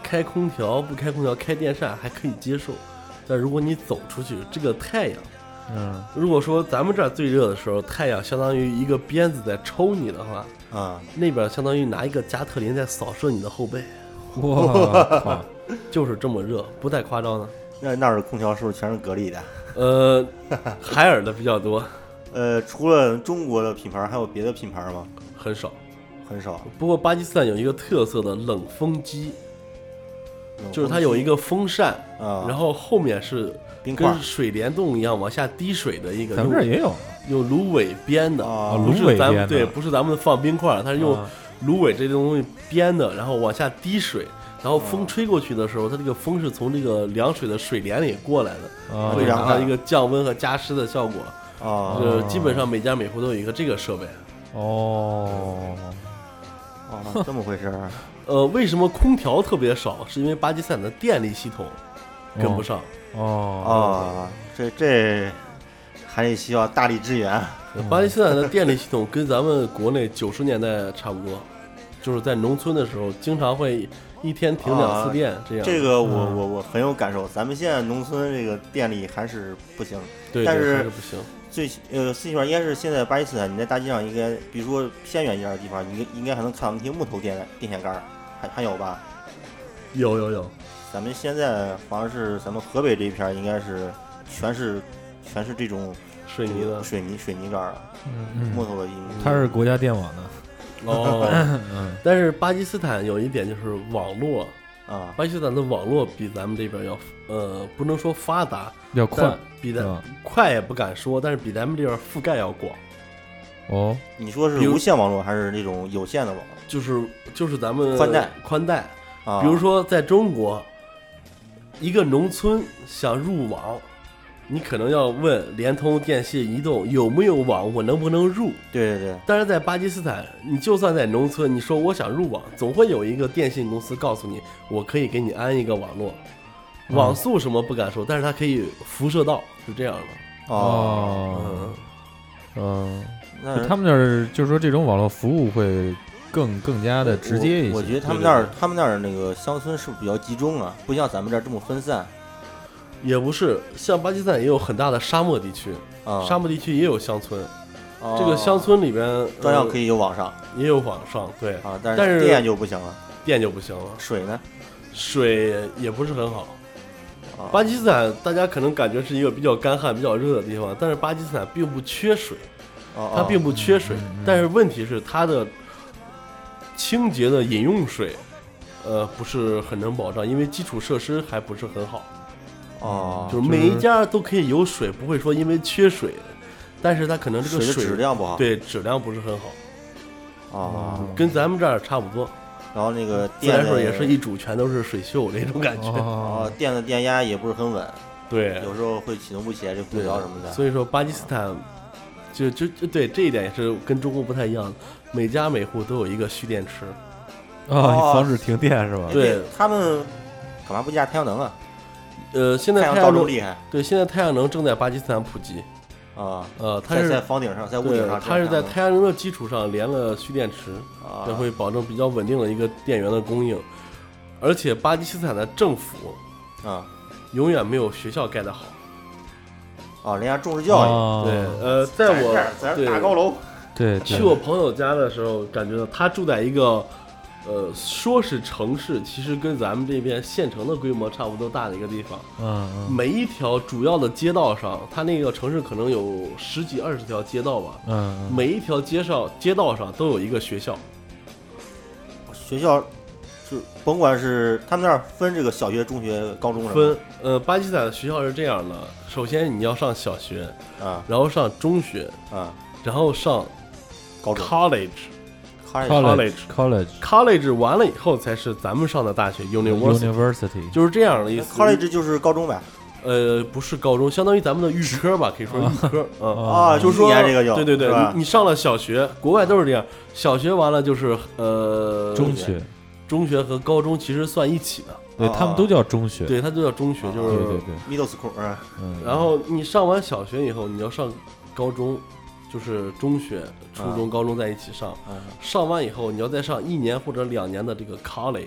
C: 开空调不开空调，开电扇还可以接受，但如果你走出去，这个太阳，
A: 嗯
C: 如果说咱们这儿最热的时候，太阳相当于一个鞭子在抽你的话，
B: 啊，
C: 那边相当于拿一个加特林在扫射你的后背，
A: 哇靠，
C: 就是这么热，不太夸张的。啊
B: 那那儿的空调是不是全是格力的？
C: 呃，海尔的比较多，
B: 呃，除了中国的品牌，还有别的品牌吗？
C: 很少。
B: 很少，
C: 不过巴基斯坦有一个特色的冷风机，就是它有一个风扇，
B: 啊，
C: 然后后面是
B: 冰块
C: 跟水帘洞一样往下滴水的一个，
A: 咱们这儿也有
C: 用用芦苇编的，
B: 啊
A: 啊，芦
C: 不是
A: 苇
C: 咱
A: 编的，
C: 们对，不是咱们放冰块，它是用
A: 啊
C: 芦苇这东西编的，然后往下滴水。
A: 啊
C: 然后风吹过去的时候，它这个风是从这个凉水的水帘里过来的，
A: 啊
C: 它会达到一个降温和加湿的效果。
B: 啊
C: 就是基本上每家每户都有一个这个设备。
A: 哦，
B: 哦，这么回事儿。
C: 呃，为什么空调特别少？是因为巴基斯坦的电力系统跟不上，
A: 哦
B: 啊，这这还得需要大力支援。
C: 巴基斯坦的电力系统跟咱们国内九十年代差不多，就是在农村的时候，经常会一天停两次电，这样。
B: 啊这个我
A: 嗯
B: 我我很有感受，咱们现在农村这个电力还是不行。
C: 对，
B: 但
C: 对
B: 是
C: 还是不行。
B: 最起呃，最起码应该是现在巴基斯坦，你在大街上应该，比如说偏远一点的地方，你应应该还能看到那些木头电电线杆儿，还还有吧？
C: 有有有，
B: 咱们现在好像是咱们河北这一片，应该是全是全是这种
C: 水泥的
B: 水泥水泥杆儿啊，
A: 嗯
B: 木头的印度。
A: 它是国家电网的，
C: 哦。
A: 嗯，
C: 但是巴基斯坦有一点就是网络，
B: 啊，
C: 巴基斯坦的网络比咱们这边要呃，不能说发达，
A: 要
C: 但
A: 快
C: 比
A: 是
C: 咱
A: 吧？
C: 快也不敢说，但是比咱们这边覆盖要广。
A: 哦，
B: 你说
C: 比
B: 是
C: 如
B: 无线网络还是那种有线的网络
C: 就是就是咱们
B: 宽带
C: 宽带，
B: 啊？
C: 比如说在中国，一个农村想入网，你可能要问联通、电信、移动有没有网，我能不能入？
B: 对对对，
C: 但是在巴基斯坦，你就算在农村，你说我想入网，总会有一个电信公司告诉你，我可以给你安一个网络，
A: 嗯
C: 网速什么不敢说，但是它可以辐射到，是这样的。
B: 哦，
A: 哦，
C: 嗯，
A: 嗯，
B: 那
A: 他
B: 们
A: 们那儿就是说这种网络服务会更更加的直接一
B: 我
A: 些
B: 觉得他们那儿他们那儿那个乡村是不是比较集中啊？不像咱们这儿这么分散
C: 也不是，像巴基斯坦也有很大的沙漠地区，
B: 啊。
C: 沙漠地区也有乡村，
B: 哦
C: 这个乡村里边
B: 照样可以
C: 以
B: 有网上
C: 也有网上，对，
B: 啊，但
C: 但
B: 是
C: 是
B: 电就不行了，
C: 电就不行了，
B: 水呢？
C: 水也不是很好。
B: 啊
C: 巴基斯坦大家可能感觉是一个比较干旱、比较热的地方，但是巴基斯坦并不缺水。
B: 哦
C: 它并
B: 哦
C: 不缺水，但是问题是它的清洁的饮用水，呃，不是很能保障，因为基础设施还不是很好，
B: 哦，
C: 就是
A: 就是
C: 每一家都可以有水，不会说因为缺水，但是它可能这个
B: 水的质量不好
C: 对质量不是很好，
B: 哦，
C: 跟咱们这儿差不多。
B: 然后那个
C: 自来
B: 电的
C: 水也是一煮全都是水锈那种感觉，
B: 哦
A: 哦，，
B: 电的电压也不是很稳，
C: 对
B: 有时候会启动不起来这空
C: 对
B: 调什么的。
C: 所以说巴基斯坦。就就就对这一点也是跟中国不太一样，每家每户都有一个蓄电池，
A: 啊，防止停电是吧
B: 哎，？
C: 对
B: 这他们干嘛不加太阳能啊？
C: 呃，现在
B: 太阳
C: 太阳
B: 照这么
C: 能
B: 厉害
C: 对，现在太阳能正在巴基斯坦普及，
B: 啊！
C: 呃，它
B: 在
C: 是
B: 在房顶上，在屋顶
C: 对
B: 上，
C: 它是在
B: 太
C: 太阳能的基础上连了蓄电池，
B: 啊
C: 这，会保证比较稳定的一个电源的供应。而且巴基斯坦的政府
B: 啊
C: 永远没有学校盖得好。
B: 啊，人家重视教育。啊
A: 哦
C: 对，呃，在
B: 咱这儿
C: 我
B: 咱大高
C: 对
B: 楼
A: 对，对
C: 去我朋友家的时候，感觉到他住在一个。呃，说是城市，其实跟咱们这边县城的规模差不多大的一个地方。
A: 嗯
C: 每一条主要的街道上，它那个城市可能有十几二十条街道吧，
A: 嗯嗯，
C: 每一条街上街道上都有一个学校，
B: 学校，就甭管是他们那儿分这个小学、中学、高中什么
C: 分呃，巴基斯坦的学校是这样的：首先你要上小学，
B: 的啊
C: 然后上中学，
B: 啊，
C: 然后上
B: 高中
C: college，college
B: college
A: college college
C: college 完了以后才是咱们上的大学 university，
A: university
C: 就是这样的意
B: 那
C: 思。
B: college 就是高中呗
C: 呃，不是高中，相当于咱们的预科吧，可以说预科，嗯。
A: 啊
C: 就是说，
B: 一年这个就
C: 对对对
B: 是吧，
C: 你你上了小学，国外都是这样，小学完了就是呃
A: 中学，
C: 中学和高中其实算一起的，
A: 对他们都叫中学，
C: 对，它就叫中学，就
A: 对
C: 是
A: 对对，
B: middle school 嗯
A: 嗯，
C: 然后你上完小学以后，你要上高中，就是中学、初中、高中在一起上。
B: 嗯
C: 上完以后，你要再上一年或者两年的这个 college，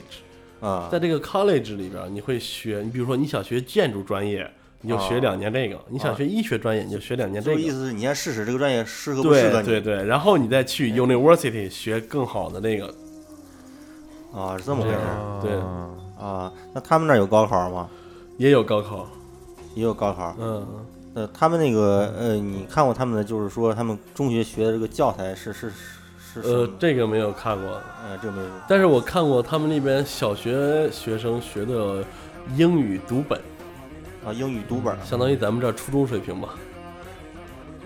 B: 啊
C: 在这个 college 里边，你会学，你比如说你想学建筑专业，你就学两年这个；你想学医学专业，你就学两年这
B: 就是意
C: 个。
B: 思是你先试试这个专业适合不适合
C: 对
B: 你
C: 对对，然后你再去 university 学更好的那个。
B: 啊，是这么回事儿
C: 对，
A: 哦
B: 啊。那他们那儿有高考吗？
C: 也有高考，
B: 也有高考。
C: 嗯，
B: 呃，他们那个呃，你看过他们的，就是说他们中学学的这个教材是是是是什
C: 呃
B: 么，
C: 这个没有看过，
B: 呃这没有
C: 但是我看过他们那边小学学生学的英语读本。
B: 啊，英语读本儿
C: 相当于咱们这儿初中水平吧。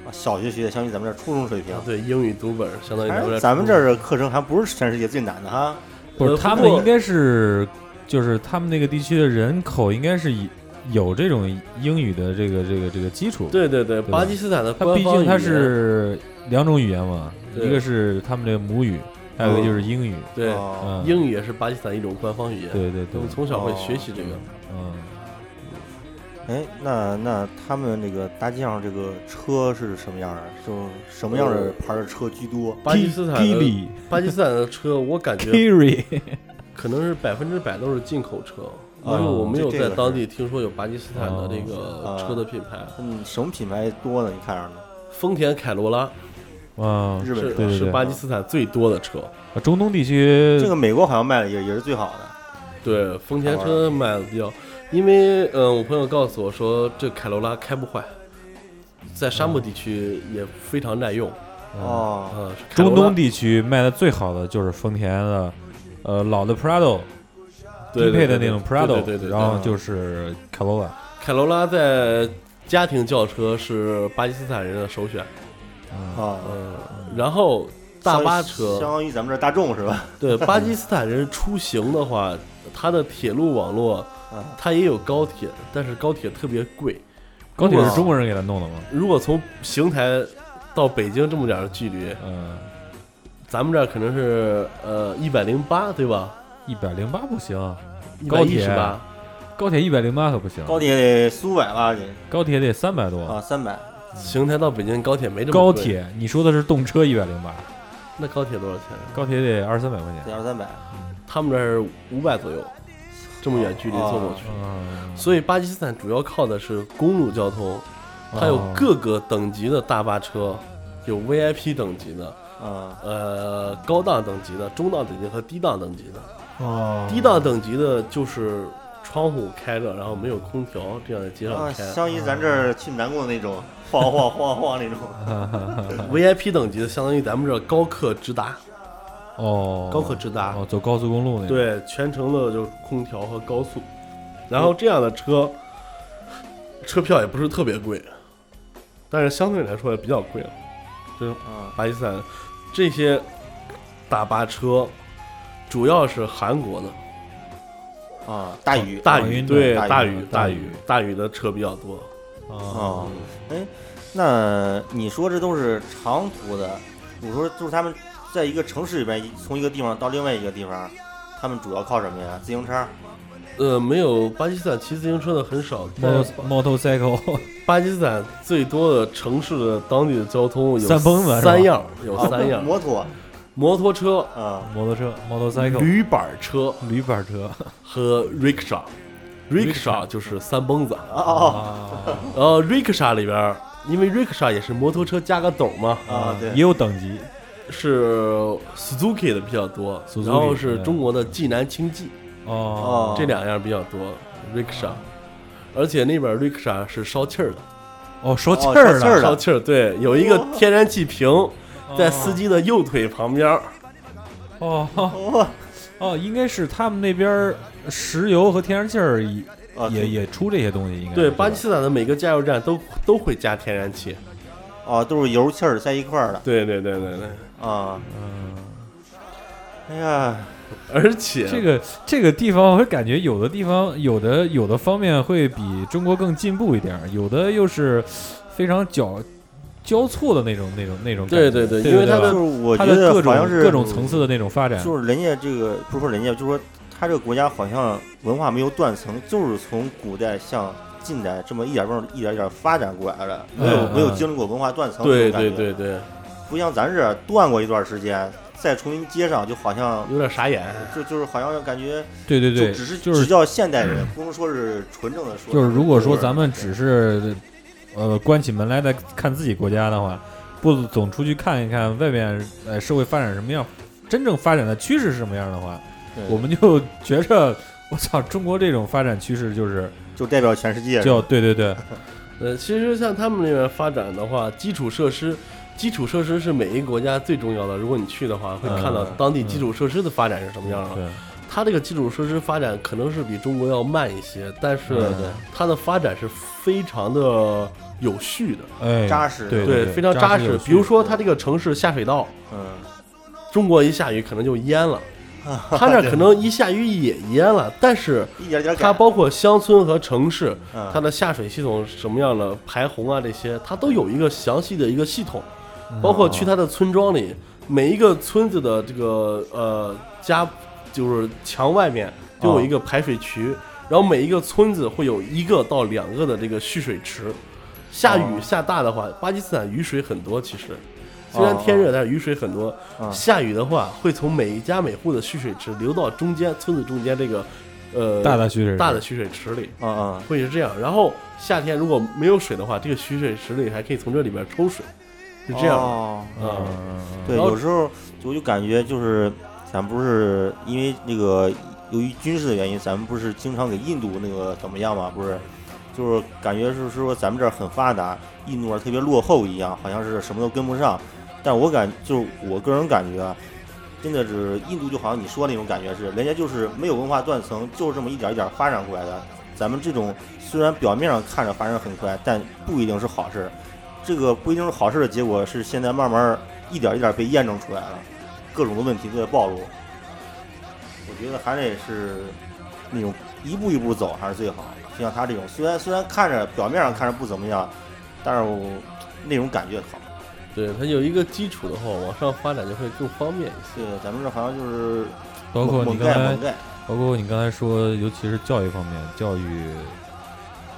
B: 啊，
C: 嗯
B: 小学学的相比咱们这儿初中水平。
C: 对，英语读本儿相当于咱
B: 反
C: 们这
B: 正哎咱们这
C: 儿初中
B: 儿的课程还不是全世界最难的哈。
A: 不是
C: 呃
A: 他
C: 不
A: 们
C: 过
A: 应该是就是他们那个地区的人口应该是以有这种英语的这个这个这个基础，
C: 对对对，
A: 吧
C: 巴基斯坦的
A: 它
C: 官
A: 毕
C: 方
A: 竟它
C: 语言
A: 是两种语言嘛，
C: 对
A: 一个是他们的母语，还有一个就是英语。
C: 对、
B: 哦
A: 嗯，
C: 英语也是巴基斯坦一种官方语言，
A: 对对
C: 他
A: 对
C: 们，从小会学习这个。
A: 嗯，
B: 哎，那那他们那个大街上这个车是什么样的？就什么样
C: 呃
B: 的牌儿的车居多？
C: 巴基斯坦的
A: Geely
C: 巴基斯坦的车，我感觉
A: Kiri
C: 可能是百分之百都是进口车，因
A: 啊
C: 为我没有
B: 这这个
C: 在
B: 是
C: 当地听说有巴基斯坦的这
A: 啊
B: 哦
C: 个车的品牌。
B: 嗯，什么品牌多呢？你看上的？
C: 丰田凯罗拉
A: 啊，
B: 日本
C: 嗯是
B: 车
A: 对对
C: 是巴基斯坦最多的车，
A: 中东地区
B: 这个美国好像卖的也也是最好的。
C: 对丰田车卖的比较，因为嗯、呃我朋友告诉我说这凯罗拉开不坏，在沙漠地区也非常耐用。
B: 哦，
C: 呃，凯
A: 中
C: 罗拉
A: 东地区卖的最好的就是丰田的，呃，老的 Prado
C: 对
A: 低配的
C: 对对
A: 那种
C: 对
A: Prado，
C: 对对对对
A: 然后就是 Corolla
C: 凯罗拉在家庭轿车是巴基斯坦人的首选，
A: 啊，
B: 哦，
C: 呃，然后大
B: 相
C: 巴
B: 相
C: 车，
B: 当于咱们这儿大众是吧？
C: 对巴基斯坦人出行的话，它的铁路网络
B: 嗯，
C: 它也有高铁，但是高铁特别贵。
A: 高铁是中国人给他弄的吗？
C: 如果从邢台到北京这么点儿的距离，
A: 嗯，
C: 咱们这儿可能是呃一百零八对吧？
A: 一百零八不行，高
C: 1
A: 铁
C: 十八，
A: 高铁一百零八可不行，
B: 高铁得四五百吧，
C: 嗯
B: 得
A: 高铁得三百多。
B: 啊，三百。
C: 邢台到北京高铁没这么
A: 高
C: 贵，
A: 铁，你说的是动车一百零八，
C: 那高铁多少钱？
A: 高铁得二三百块
B: 得
A: 钱。
B: 二三百，
C: 他们这儿五百左右，这么远距离坐过去。
A: 嗯，
C: 所以巴基斯坦主要靠的是公路交通，它有
A: 哦
C: 各个等级的大巴车，有 VIP 等级的，
B: 嗯，
C: 呃，高档等级的、中档等级和低档等级的。
A: 哦
C: 低档等级的就是窗户开着，然后没有空调，这样在街
B: 啊，
C: 上开。
B: 相当于咱这儿去南贡那种 晃晃晃晃那种，
C: VIP 等级的相当于咱们这高客直达，
A: 哦，
C: 高客直达，
A: 哦，走高速公路那个，
C: 对，全程的就是空调和高速。然后这样的车，车票也不是特别贵，但是相对来说也比较贵了。
B: 嗯，
C: 巴基斯坦这些大巴车，主要是韩国的
B: 啊，大宇，
C: 哦大
A: 大
C: 宇
A: 宇
C: 对
B: 的
C: 大
B: 大
C: 宇
B: 宇
C: 大
A: 大
C: 宇
A: 宇
C: 大宇的车比较多，
A: 哦
B: 哦，哎，那你说这都是长途的，我说就是他们在一个城市里边，从一个地方到另外一个地方，他们主要靠什么呀？自行车？
C: 呃，没有巴基斯坦骑自行车的很少，但是
A: ，motorcycle，
C: 巴基斯坦最多的城市的当地的交通有
A: 三蹦子是吧
C: 三样，有
B: 啊
C: 三样：
B: 摩托，
C: 摩托车、
B: 啊，
A: 摩托车，motorcycle，
C: 驴板车
A: 驴板车
C: 和 rickshaw。rickshaw 就是三蹦子，
B: 哦哦
A: 啊，
C: 然后 rickshaw 里边儿，因为 rickshaw 也是摩托车加个斗儿嘛，
B: 哦啊，对
A: 也，有等级，
C: 是 Suzuki 的比较多
A: Suzuki，
C: 然后是中国的济南轻技、
A: 哦
B: 哦
C: 这两样比较多，rickshaw，、而且那边 rickshaw 是烧气儿的，
A: 哦，说气儿
B: 哦说气儿
A: 了
B: 的
C: 烧气儿，对，有一个天然气瓶在司机的右腿旁边儿，
A: 哦哦
B: 哦，
A: 哦，应该是他们那边儿石油和天然气儿也
B: 啊
A: 也也出这些东西，应该
C: 对，
A: 是吧
C: 巴基斯坦的每个加油站都都会加天然气，
B: 哦，都是油气儿在一块儿的
C: 对对对对对，
B: 啊，
A: 嗯，
B: 哎呀，
C: 而且
A: 这个这个地方，我感觉有的地方有的有的方面会比中国更进步一点儿，有的又是非常交交错的那种那种那种感觉，
C: 对对对
A: 对，
C: 因为
A: 对
C: 它
B: 就
A: 吧
B: 是
C: 的
B: 我
A: 它
B: 觉
A: 的
B: 得
A: 各
B: 好
A: 种
B: 像是
A: 各种层次的那种发展，
B: 就是人家这个不是说人家，就是说他这个国家好像文化没有断层，就是从古代向近代这么一点儿不一点儿一点儿发展过来的，没有
A: 嗯
B: 没有
A: 嗯
B: 经历过文化断层，
C: 对对，对对，
B: 不像咱这儿断过一段时间，再重新接上，就好像
C: 有点傻眼，
B: 就就是好像感觉
A: 对对
B: 就
A: 对，
B: 只是
A: 就是嗯
B: 只叫现代人，不能说是纯正的说，
A: 就是如果说咱们只是呃关起门来在看自己国家的话，不总出去看一看外面呃社会发展什么样，真正发展的趋势是什么样的话，
B: 对
A: 我们就觉着我操，中国这种发展趋势就是
B: 就代表全世界，
A: 叫对对 对，
C: 呃，其实像他们那边发展的话，基础设施，基础设施是每一个国家最重要的。如果你去的话，会看到
A: 嗯
C: 当地基础设施的发展是什么样的。
A: 对，
C: 它这个基础设施发展可能是比中国要慢一些，但是
A: 嗯对
C: 它的发展是非常的有序的，
A: 哎，
B: 扎实
A: 对
C: 对，非常
A: 扎
C: 扎
A: 实
C: 实
A: 有。序
C: 比如说它这个城市下水道，
B: 嗯，
C: 中国一下雨可能就淹 了，它那儿可能一下雨也淹了，但是
B: 一点儿一点儿改，
C: 它包括乡村和城市，
B: 嗯
C: 它的下水系统是什么样的，排洪啊这些，它都有一个详细的一个系统，包括去它的村庄里，每一个村子的这个呃家，就是墙外面都有一个排水渠，然后每一个村子会有一个到两个的这个蓄水池。下雨
B: 哦
C: 下大的话，巴基斯坦雨水很多，其实虽然
B: 哦
C: 天热，但是雨水很多。
B: 嗯
C: 下雨的话，会从每一家每户的蓄水池流到中间村子中间这个呃
A: 大的蓄水，
C: 大的蓄水池里。
B: 嗯嗯，
C: 会是这样。然后夏天如果没有水的话，这个蓄水池里还可以从这里边抽水，是这样的。
B: 哦
C: 啊，
A: 嗯，
B: 对，
C: 然后
B: 有时候我就感觉就是，咱不是因为那个由于军事的原因，咱们不是经常给印度那个怎么样嘛？不是就是感觉是说咱们这儿很发达，印度那儿特别落后一样，好像是什么都跟不上。但我感就是我个人感觉啊，真的是印度就好像你说那种感觉是，人家就是没有文化断层，就是这么一点一点发展过来的。咱们这种虽然表面上看着发展很快，但不一定是好事。这个不一定是好事的结果是现在慢慢一点一点被验证出来了，各种的问题都在暴露。我觉得还得是那种一步一步走还是最好。就像他这种，虽然虽然看着表面上看着不怎么样，但是我那种感觉好。
C: 对它有一个基础的话，往上发展就会更方便一些。
B: 对，咱们这好像就是
A: 包括
B: 猛
A: 你
B: 猛
A: 刚
B: 盖
A: 才
B: 猛，盖，
A: 包括你刚才说，尤其是教育方面，教育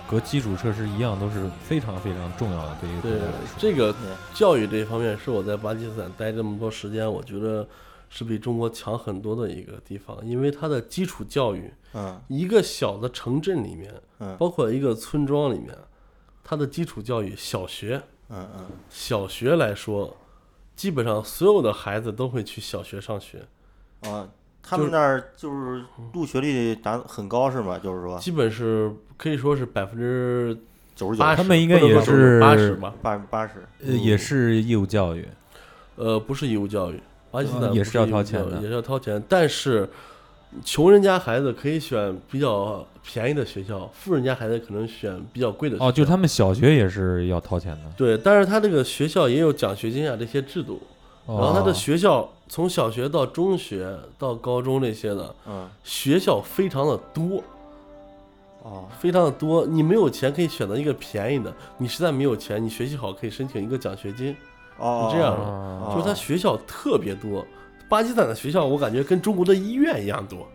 A: 和基础设施一样，都是非常非常重要的对一个国
C: 对
A: 家来说。
C: 这个
B: 嗯对
C: 教育这一方面，是我在巴基斯坦待这么多时间，我觉得是比中国强很多的一个地方，因为它的基础教育，
B: 嗯
C: 一个小的城镇里面，
B: 嗯
C: 包括一个村庄里面，它的基础教育，小学，
B: 嗯嗯，
C: 小学来说，基本上所有的孩子都会去小学上学，
B: 啊、他们那儿就是入学率达很高是吗？就是说
C: 基本是可以说是百分之
B: 九十九
C: 八
A: 他
C: 十，
A: 们应该也是
C: 八十吧？
B: 八八十，
A: 呃，也是义务教育，
C: 呃，不是义务教育，巴基斯坦
A: 嗯也
C: 不
A: 是
C: 是
A: 要
C: 义务
A: 掏
C: 教
A: 钱
C: 育
A: 的
C: 也是要掏钱。但是穷人家孩子可以选比较便宜的学校，富人家孩子可能选比较贵的学校。
A: 哦，就是他们小学也是要掏钱的。
C: 对，但是他这个学校也有奖学金啊这些制度，
A: 哦、
C: 然后他的学校从小学到中学到高中这些的
B: 嗯
C: 学校非常的多，
B: 哦
C: 非常的多。你没有钱可以选择一个便宜的，你实在没有钱，你学习好可以申请一个奖学金。
B: 哦，
C: 这样
A: 哦
C: 就是他学校特别多，巴基斯坦的学校我感觉跟中国的医院一样多，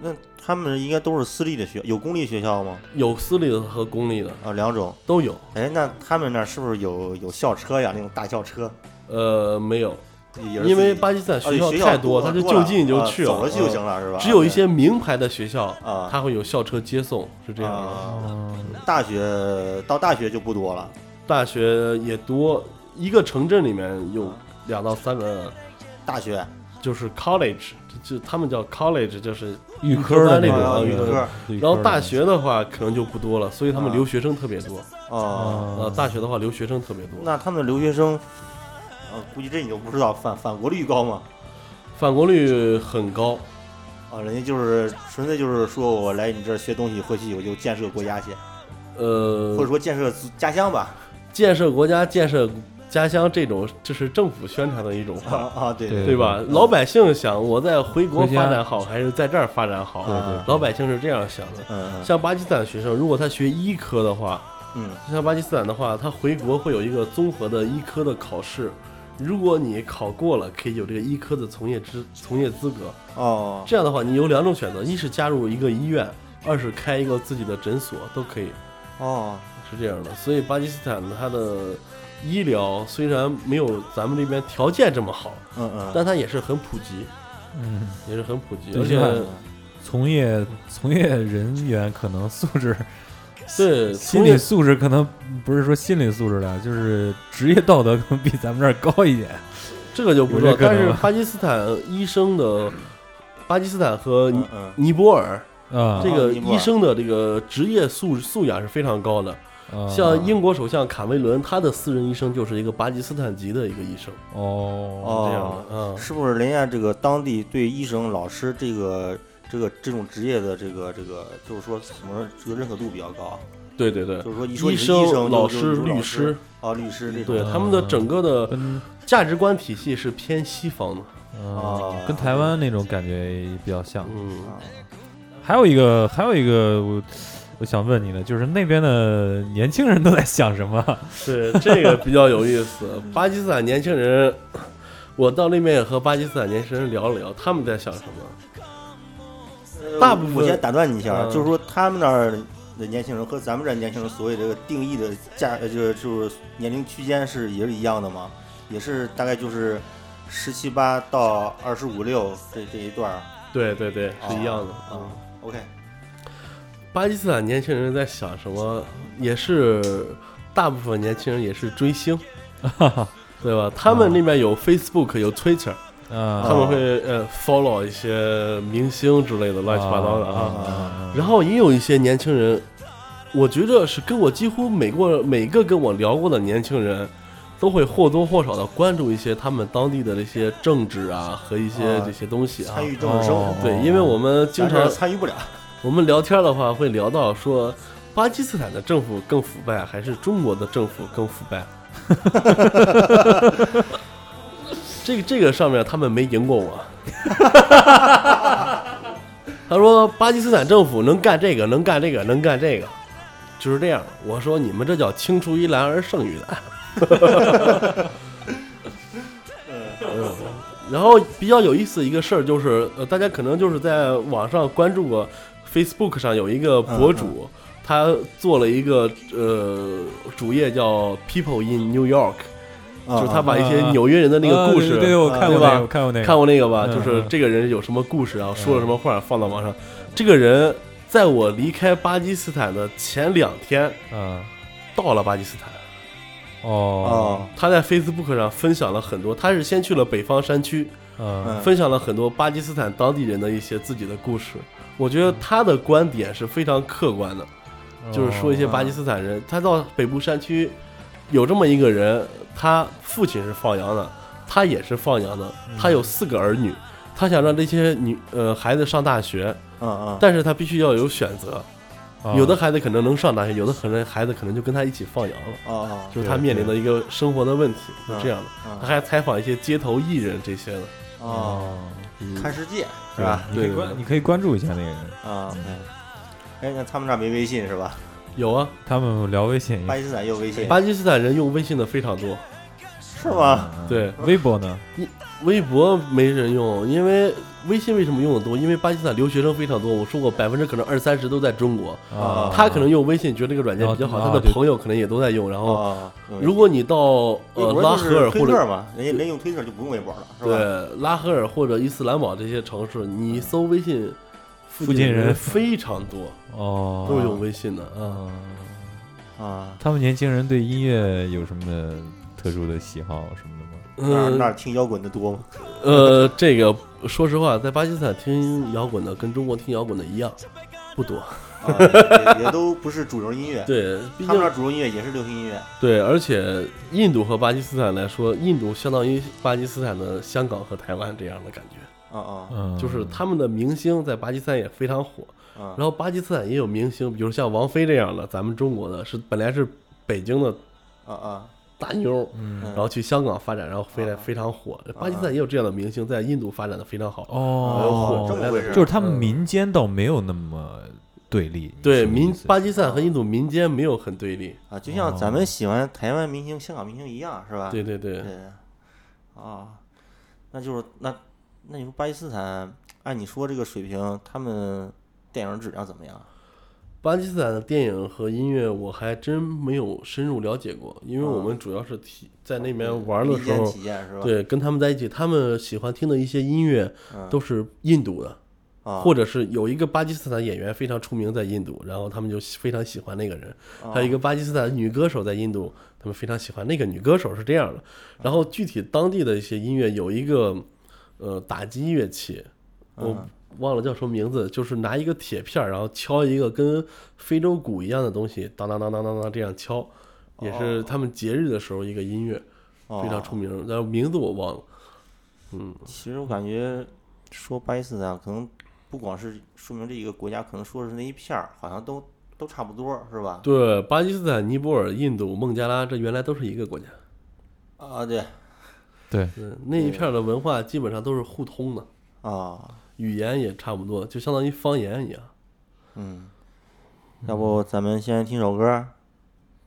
B: 那他们应该都是私立的学，有公立学校吗？
C: 有私立的和公立的
B: 啊，两种。
C: 都有。
B: 哎，那他们那儿是不是有有校车呀？那种大校车，
C: 呃，没有，
B: 也是
C: 因为
B: 自己
C: 巴基斯坦
B: 啊
C: 学校
B: 校
C: 太多，他就就近就去
B: 去走了去就行
C: 了。啊
B: 了，是吧？
C: 只有一些名牌的学校，
B: 啊
C: 它会有校车接送，是这样的。
B: 啊，
A: 嗯
B: 大学到大学就不多了，
C: 大学也多，一个城镇里面有两到三个，
B: 大学
C: 就是 college，就就他们叫 college，就是
A: 预科的那
C: 那种
B: 啊
A: 种
B: 预科
A: 对预科
C: 然后
A: 的
C: 大学的话可能就不多了，所以他们
B: 啊
C: 留学生特别多。
B: 哦。
A: 啊
C: 呃，大学的话留学生特别多。
B: 那他们留学生，呃，估计这你就不知道反反国率高吗？
C: 返国率很高，
B: 啊，人家就是纯粹就是说我来你这儿学东西，回去我就建设国家去，或者
C: 呃，
B: 说建设自家乡吧。
C: 建设国家、建设家乡这种，这是政府宣传的一种
B: 啊
C: 话，
B: 啊，对
A: 对
C: 对吧？老百姓想我在回国
A: 回家
C: 发展好，还是在这儿发展好？
B: 对对
C: 老百姓是这样想的。
B: 嗯嗯
C: 像巴基斯坦学生，如果他学医科的话，
B: 嗯
C: 像巴基斯坦的话，他回国会有一个综合的医科的考试。如果你考过了，可以有这个医科的从业资从业资格。
B: 哦
C: 这样的话，你有两种选择：一是加入一个医院，二是开一个自己的诊所，都可以。
B: 哦
C: 是这样的，所以巴基斯坦它的医疗虽然没有咱们这边条件这么好，
A: 啊
B: 嗯嗯，
C: 但它也是很普及，
A: 嗯，
C: 也是很普及，
A: 对
C: 而且
A: 现从业从业人员可能素质
C: 对
A: 心
C: 从
A: 理
C: 业
A: 素质可能不是说心理素质了，就是职业道德可能比咱们这儿高一 点。
C: 这个就不知
A: 有
C: 道，
A: 这可
C: 但
A: 能
C: 是
A: 吧
C: 巴基斯坦医生的巴基斯坦和尼
B: 嗯嗯
C: 尼泊尔
A: 啊
C: 这个
B: 尼泊尔
C: 医生的这个职业素素养是非常高的，
A: 啊
C: 像英国首相卡梅伦，他的私人医生就是一个巴基斯坦籍的一个医生，
A: 哦
B: 哦
C: 这样的，嗯，
B: 是不是人家这个当地对医生、老师这个这个这种职业的这个这个，就是说什么这个认可度比较高？啊
C: 对对对
B: 就，是说一说
C: 医
B: 你是医生、
C: 老
B: 就是
C: 师、
B: 就是
C: 律
B: 老
C: 师，
B: 啊，律师这种
C: 对他们
A: 啊
C: 的整个的
A: 跟
C: 价值观体系是偏西方的。
A: 啊
B: 啊
A: 跟台湾那种感觉比较像。
C: 嗯，
B: 啊
A: 还有一个还有一个我我想问你的，就是那边的年轻人都在想什么？
C: 对，这个比较有意思。 巴基斯坦年轻人，我到那边也和巴基斯坦年轻人聊了聊，他们在想什么。
B: 呃
C: 大部分
B: 我先打断你一下，啊
C: 嗯
B: 就是说他们那儿的年轻人和咱们这儿年轻人所谓这个定义的价，呃就是就是年龄区间是也是一样的吗？也是大概就是十七八到二十五六这这一段儿
C: 对对对，是一样的。
B: 啊
C: 嗯，
B: OK，
C: 巴基斯坦年轻人在想什么，也是大部分年轻人也是追 星，对吧？他们那边有 Facebook，有 Twitter，他
A: 啊，
C: 们会呃 follow 一些明星之类的乱七八糟的啊。
A: 啊
C: 然后也有一些年轻人，我觉着是跟我几乎每过每个跟我聊过的年轻人，都会或多或少的关注一些他们当地的这些政治啊和一些
B: 啊
C: 这些东西啊
B: 参。与政治生活
A: 哦，
C: 对，因为我们经
B: 咱这儿
C: 常啊
B: 参与不了。
C: 我们聊天的话会聊到说，巴基斯坦的政府更腐败，还是中国的政府更腐败？这个这个上面他们没赢过我。他说巴基斯坦政府能干这个，能干这个，能干这个，就是这样。我说你们这叫青出于蓝而胜于蓝。 嗯然后比较有意思的一个事儿就是，呃，大家可能就是在网上关注过 Facebook 上有一个博主，他做了一个呃主页叫 People in New York，就是
B: 嗯啊
C: 他把一些纽约人的那个故事
A: 啊对对对，我看过
C: 对吧
A: 那个，我看过那个，
C: 看过那个吧？
A: 嗯
C: 就是
A: 嗯
C: 这个人有什么故事啊，说了什么话，放到网上。这个人在我离开巴基斯坦的前两天
A: 嗯，
C: 到了巴基斯坦，
A: 哦，
B: 哦，
C: 他在 Facebook 上分享了很多，他是先去了北方山区，
A: 嗯
B: 嗯
C: 分享了很多巴基斯坦当地人的一些自己的故事。我觉得他的观点是非常客观的，嗯就是说一些巴基斯坦人，他到北部山区有这么一个人，他父亲是放羊的，他也是放羊的，他有四个儿女，他想让这些女呃孩子上大学，
B: 嗯嗯，
C: 但是他必须要有选择，
A: 哦
C: 有的孩子可能能上大学，有的可能孩子可能就跟他一起放羊了，
B: 哦
C: 就是他面临的一个生活的问题，就这样的。
B: 嗯
C: 他还采访一些街头艺人这些的，
B: 哦哦，
C: 嗯
B: 看世界是
A: 对
B: 吧？
A: 你可以
C: 对对
A: 关
C: 对
A: 你可以关注一下那个人，
B: 啊，哎，那他们那儿没微信是吧？
C: 有啊，
A: 他们聊微信
B: 巴基斯坦也有微信
C: 巴基斯坦人用微信的非常多，
B: 是吗？？
A: 嗯，
C: 对，
A: 嗯微博呢？
C: 微博没人用，因为微信为什么用的多？因为巴基斯坦留学生非常多，我说过百分之可能二三十都在中国，
A: 啊，
C: 他可能用微信觉得这个软件比较好，
A: 哦
C: 他的
A: 对
C: 朋友可能也都在用。然后，
B: 哦，
C: 如果你到呃
B: 微博
C: 拉
B: 就是
C: 合尔
B: 推
C: 或
B: 特
C: 者
B: 嘛，人家人用推特就不用微博了，是吧？
C: 对拉合尔或者伊斯兰堡这些城市，你搜微信，附
A: 附近人
C: 人非常多，
A: 哦，
C: 都用微信的啊。
A: 嗯，
B: 啊，
A: 他们年轻人对音乐有什么特殊的喜好什么的吗？
B: 那儿
C: 嗯
B: 那，儿听摇滚的多吗？
C: 呃，这个说实话，在巴基斯坦听摇滚的跟中国听摇滚的一样，不多。
B: 啊也也都不是主流音乐，
C: 对，毕
B: 他们
C: 竟
B: 那儿主流音乐也是流行音乐。
C: 对，而且印度和巴基斯坦来说，印度相当于巴基斯坦的香港和台湾这样的感觉，
B: 啊啊
A: 嗯，
C: 就是他们的明星在巴基斯坦也非常火，
B: 啊
C: 然后巴基斯坦也有明星，比如像王菲这样的，咱们中国的是本来是北京的
B: 啊啊！
C: 大妞，
A: 嗯，啊
C: 然后去香港发展，然后回来非常火。巴基斯坦也有这样的明星，在印度发展的非常好。
A: 哦，
B: 哎这么回事儿
A: 就是他们
C: 嗯
A: 民间倒没有那么对立，你
C: 对
A: 是不是
C: 民
A: 意思
C: 巴基斯坦和印度民间没有很对立，
B: 啊，就像咱们喜欢台湾明星、香港明星一样，是吧？
C: 哦对对
B: 对，
C: 对，
B: 啊，那就是那那你说巴基斯坦，按你说这个水平，他们电影质量怎么样？
C: 巴基斯坦的电影和音乐我还真没有深入了解过，因为我们主要是体在那边玩的
B: 民
C: 时
B: 间
C: 候，
B: 啊体验是吧？
C: 对，跟他们在一起，他们喜欢听的一些音乐
B: 嗯
C: 都是印度的，
B: 啊，
C: 或者是有一个巴基斯坦演员非常出名在印度，然后他们就喜非常喜欢那个人，
B: 啊
C: 还有一个巴基斯坦女歌手在印度，他们非常喜欢那个女歌手是这样
B: 啊
C: 的。然后具体当地的一些音乐有一个呃打击乐器，
B: 嗯
C: 我忘了叫什么名字，就是拿一个铁片儿，然后敲一个跟非洲鼓一样的东西，当当当当当当这样敲，也是他们节日的时候一个音乐，非常
B: 哦
C: 出名，但是名字我忘了。嗯，
B: 其实我感觉说巴基斯坦可能不光是说明这一个国家，可能说是那一片儿，好像都都差不多，是吧？
C: 对，巴基斯坦、尼泊尔、印度、孟加拉，这原来都是一个国家。
B: 啊，对
A: 对，
C: 嗯，那一片儿的文化基本上都是互通的，
B: 啊，
C: 语言也差不多，就相当于方言一样。
B: 嗯，要不咱们先听首歌儿？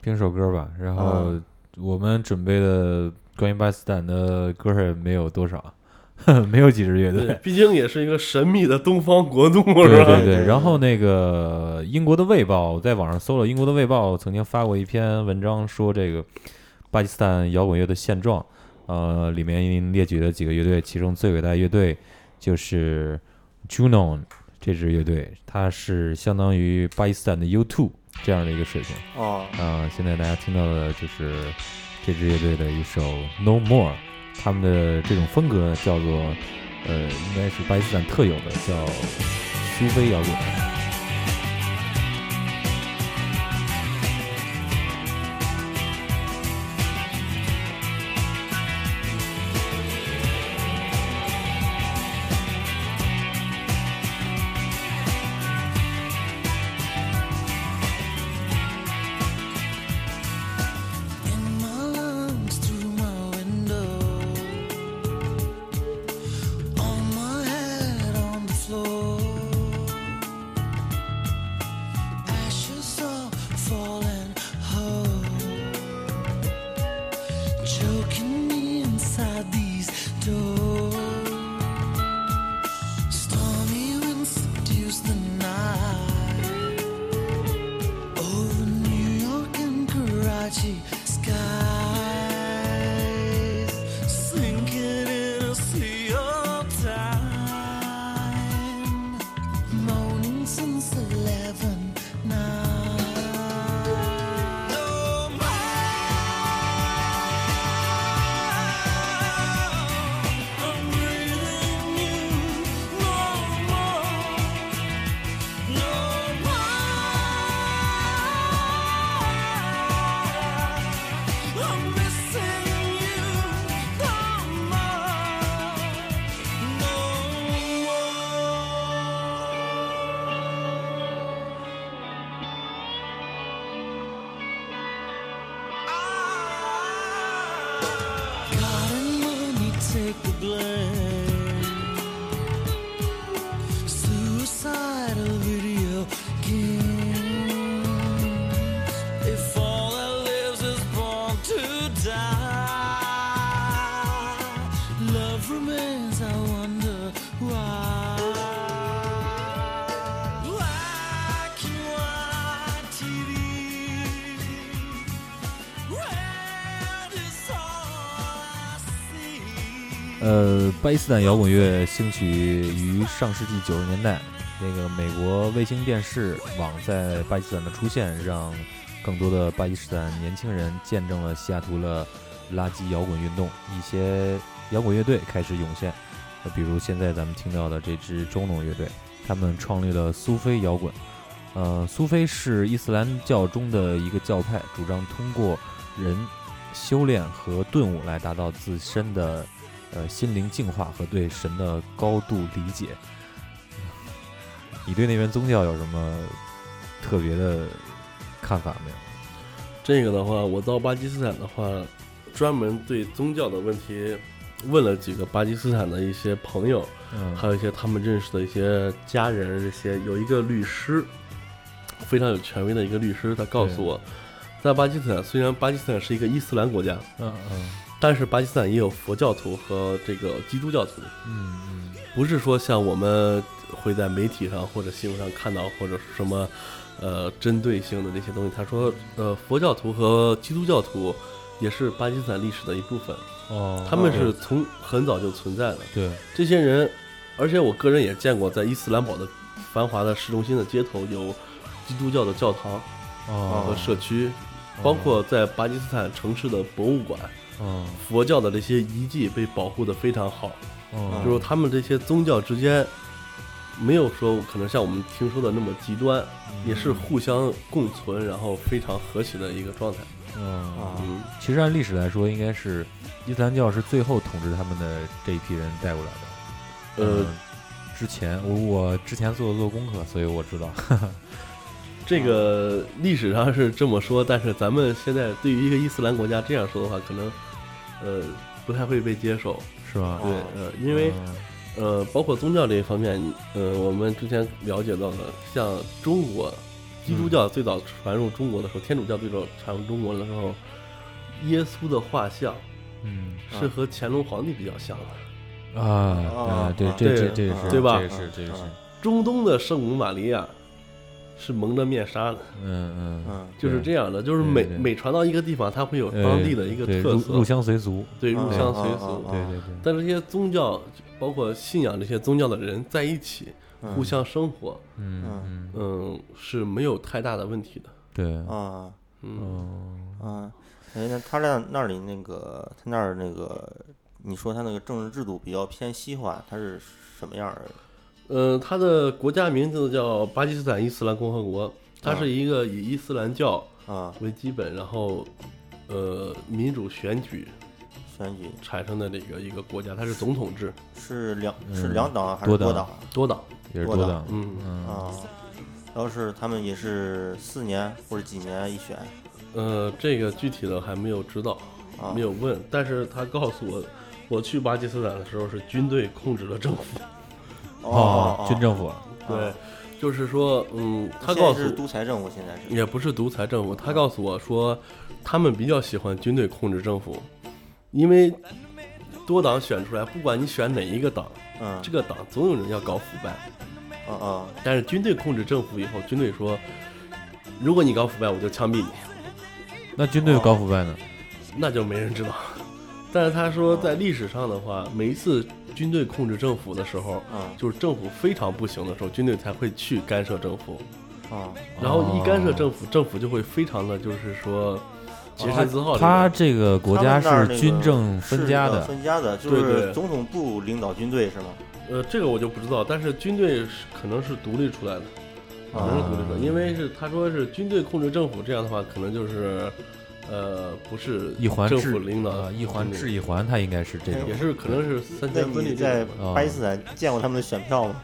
A: 听首歌吧，然后
C: 嗯
A: 我们准备的关于巴基斯坦的歌儿也没有多少， 没有几支乐队，
C: 对，毕竟也是一个神秘的东方国度， 是
A: 对对
C: 吧？
B: 对
A: 对，
B: 对
A: 然后那个英国的《卫报》，我在网上搜了，英国的《卫报》曾经发过一篇文章，说这个巴基斯坦摇滚乐的现状。呃，里面列举了几个乐队，其中最伟大的乐队就是 Juno 这支乐队，它是相当于巴基斯坦的 U2 这样的一个水平。
B: 哦，
A: 啊、现在大家听到的就是这支乐队的一首《No More》，他们的这种风格叫做，呃，应该是巴基斯坦特有的，叫苏菲摇滚。
D: Thank Karachi skies, sinking in a sea of time. Moaning since eleven nine. No more. I'm breathing in no more. No more. I'm missing you no more. No more. God and money take the blame. Suicidal video games. If all that lives is born to die, love remains. I wonder why. Black and white TV. Red is all I see.
A: 呃，巴基斯坦摇滚乐兴起于上世纪九十年代，那个美国卫星电视网在巴基斯坦的出现，让更多的巴基斯坦年轻人见证了西雅图的垃圾摇滚运动，一些摇滚乐队开始涌现，呃比如现在咱们听到的这支中农乐队，他们创立了苏菲摇滚。呃，苏菲是伊斯兰教中的一个教派，主张通过人修炼和顿悟来达到自身的呃心灵净化和对神的高度理解。你对那边宗教有什么特别的看法没有？
C: 这个的话，我到巴基斯坦的话，专门对宗教的问题问了几个巴基斯坦的一些朋友，
A: 嗯
C: 还有一些他们认识的一些家人，这些有一个律师，非常有权威的一个律师，他告诉
A: 对
C: 我，在巴基斯坦虽然巴基斯坦是一个伊斯兰国家，
A: 嗯
C: 但是巴基斯坦也有佛教徒和这个基督教徒，
A: 嗯
C: 不是说像我们会在媒体上或者新闻上看到，或者是什么，呃，针对性的那些东西。他说，呃，佛教徒和基督教徒也是巴基斯坦历史的一部分，
A: 嗯，哦
C: 他们是从很早就存在的。
A: 对，
C: 这些人，而且我个人也见过，在伊斯兰堡的繁华的市中心的街头有基督教的教堂和
A: 哦，
C: 社区，包括在巴基斯坦城市的博物馆，
A: 嗯
C: 佛教的这些遗迹被保护的非常好。
A: 哦，
C: 就是他们这些宗教之间，没有说可能像我们听说的那么极端，也是互相共存，然后非常和谐的一个状态。
A: 嗯，
B: 啊，
C: 嗯，
A: 其实按历史来说，应该是伊斯兰教是最后统治他们的这一批人带过来的。
C: 呃，
A: 嗯，之前我我之前做做功课，所以我知道。
C: 这个历史上是这么说，但是咱们现在对于一个伊斯兰国家这样说的话，可能呃不太会被接受。
A: 是吧？
C: 对，呃，因为呃，包括宗教这一方面，呃，我们之前了解到的，像中国基督教最早传入中国的时候，天主教最早传入中国的时候，耶稣的画像。
A: 嗯
C: 是和乾隆皇帝比较像的。
A: 啊啊，对，这这这个是
C: 对吧啊
A: 这个是这个是，
C: 中东的圣母玛利亚是蒙着面纱的，
A: 嗯嗯，
B: 嗯，
C: 就是这样的，就是
A: 对
C: 每
A: 对哎
C: 每传到一个地方，它会有当地的一个
A: 对
C: 特
A: 入入
C: 色，
A: 乡随俗，
C: 对入
B: 啊
C: 乡随
B: 啊
C: 俗
B: 啊。
A: 对对对，
C: 但这些宗教，包括信仰这些宗教的人在一起
B: 嗯
C: 互相生活，
A: 嗯嗯
B: 嗯
C: 嗯，是没有太大的问题的。
A: 对，
B: 啊
C: 嗯，
A: 嗯
B: 啊，哎，那他那那里那个他那儿那个，你说他那个政治制度比较偏西化，他是什么样儿？
C: 呃，它的国家名字叫巴基斯坦伊斯兰共和国，它是一个以伊斯兰教
B: 啊，
C: 为基本，然后呃民主选举
B: 选举
C: 产生的这个一个国家，它是总统制，
B: 是两是
A: 嗯
B: 两党还
A: 多
B: 是多
A: 党
B: 党
C: 多党。
A: 也是
B: 多
A: 多
B: 党
A: 党，
C: 嗯，
A: 嗯
B: 啊？然后是他们也是四年或者几年一选
C: 呃，这个具体的还没有知道，
B: 啊？
C: 没有问，但是他告诉我，我去巴基斯坦的时候是军队控制了政府，
B: 哦，
A: 军
B: 哦
A: 政府，
C: 对，就是说，嗯，他
B: 现
C: 告
B: 在
C: 诉
B: 是
C: 我
B: 独裁政府，现在是
C: 也不是独裁政府，他告诉我说，他们比较喜欢军队控制政府，因为多党选出来，不管你选哪一个党，
B: 嗯，
C: 这个党总有人要搞腐败，
B: 啊啊
C: 但是军队控制政府以后，军队说，如果你搞腐败，我就枪毙你。
A: 那军队有搞腐败呢？
C: 那就没人知道。 但是他说，在历史上的话，每一次军队控制政府的时候，
B: 嗯
C: 就是政府非常不行的时候，军队才会去干涉政府。
B: 嗯，
C: 然后一干涉政府，政府就会非常的就是说洁身自好这种。
A: 哦他这个国家
B: 他们那儿那
A: 是
B: 个
A: 军政分家
B: 是
A: 的，
B: 分家的，就
C: 对
B: 是
C: 对
B: 总统部领导军队是吗？
C: 呃，这个我就不知道，但是军队是可能是独立出来的，可能是独立
A: 啊
C: 出来，因为是他说是军队控制政府，这样的话可能就是呃不是
A: 一环
C: 政
A: 治
C: 府领导
A: 啊，
C: 的
A: 一环
C: 军队
A: 治一环，他应该是这种
C: 也是可能是三
B: 那
C: 权分
B: 你
C: 立
B: 在
C: 这种
A: 啊
B: 巴基斯坦见过他们的选票吗？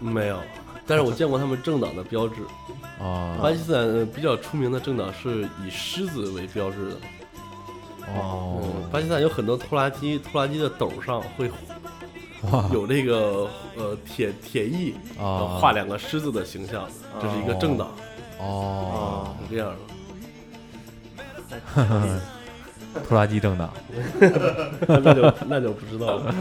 C: 没有，但是我见过他们政党的标志。
A: 啊
C: 巴基斯坦呃比较出名的政党是以狮子为标志的。嗯，
A: 哦
C: 巴基斯坦有很多拖拉机，拖拉机的斗上会
A: 啊哦哇
C: 有这个呃铁铁翼，
A: 啊
C: 画两个狮子的形象，这是一个政党，
A: 哦，
B: 啊
C: 是这样的。
A: 拖拉机政党
C: 那就那就不知 道了，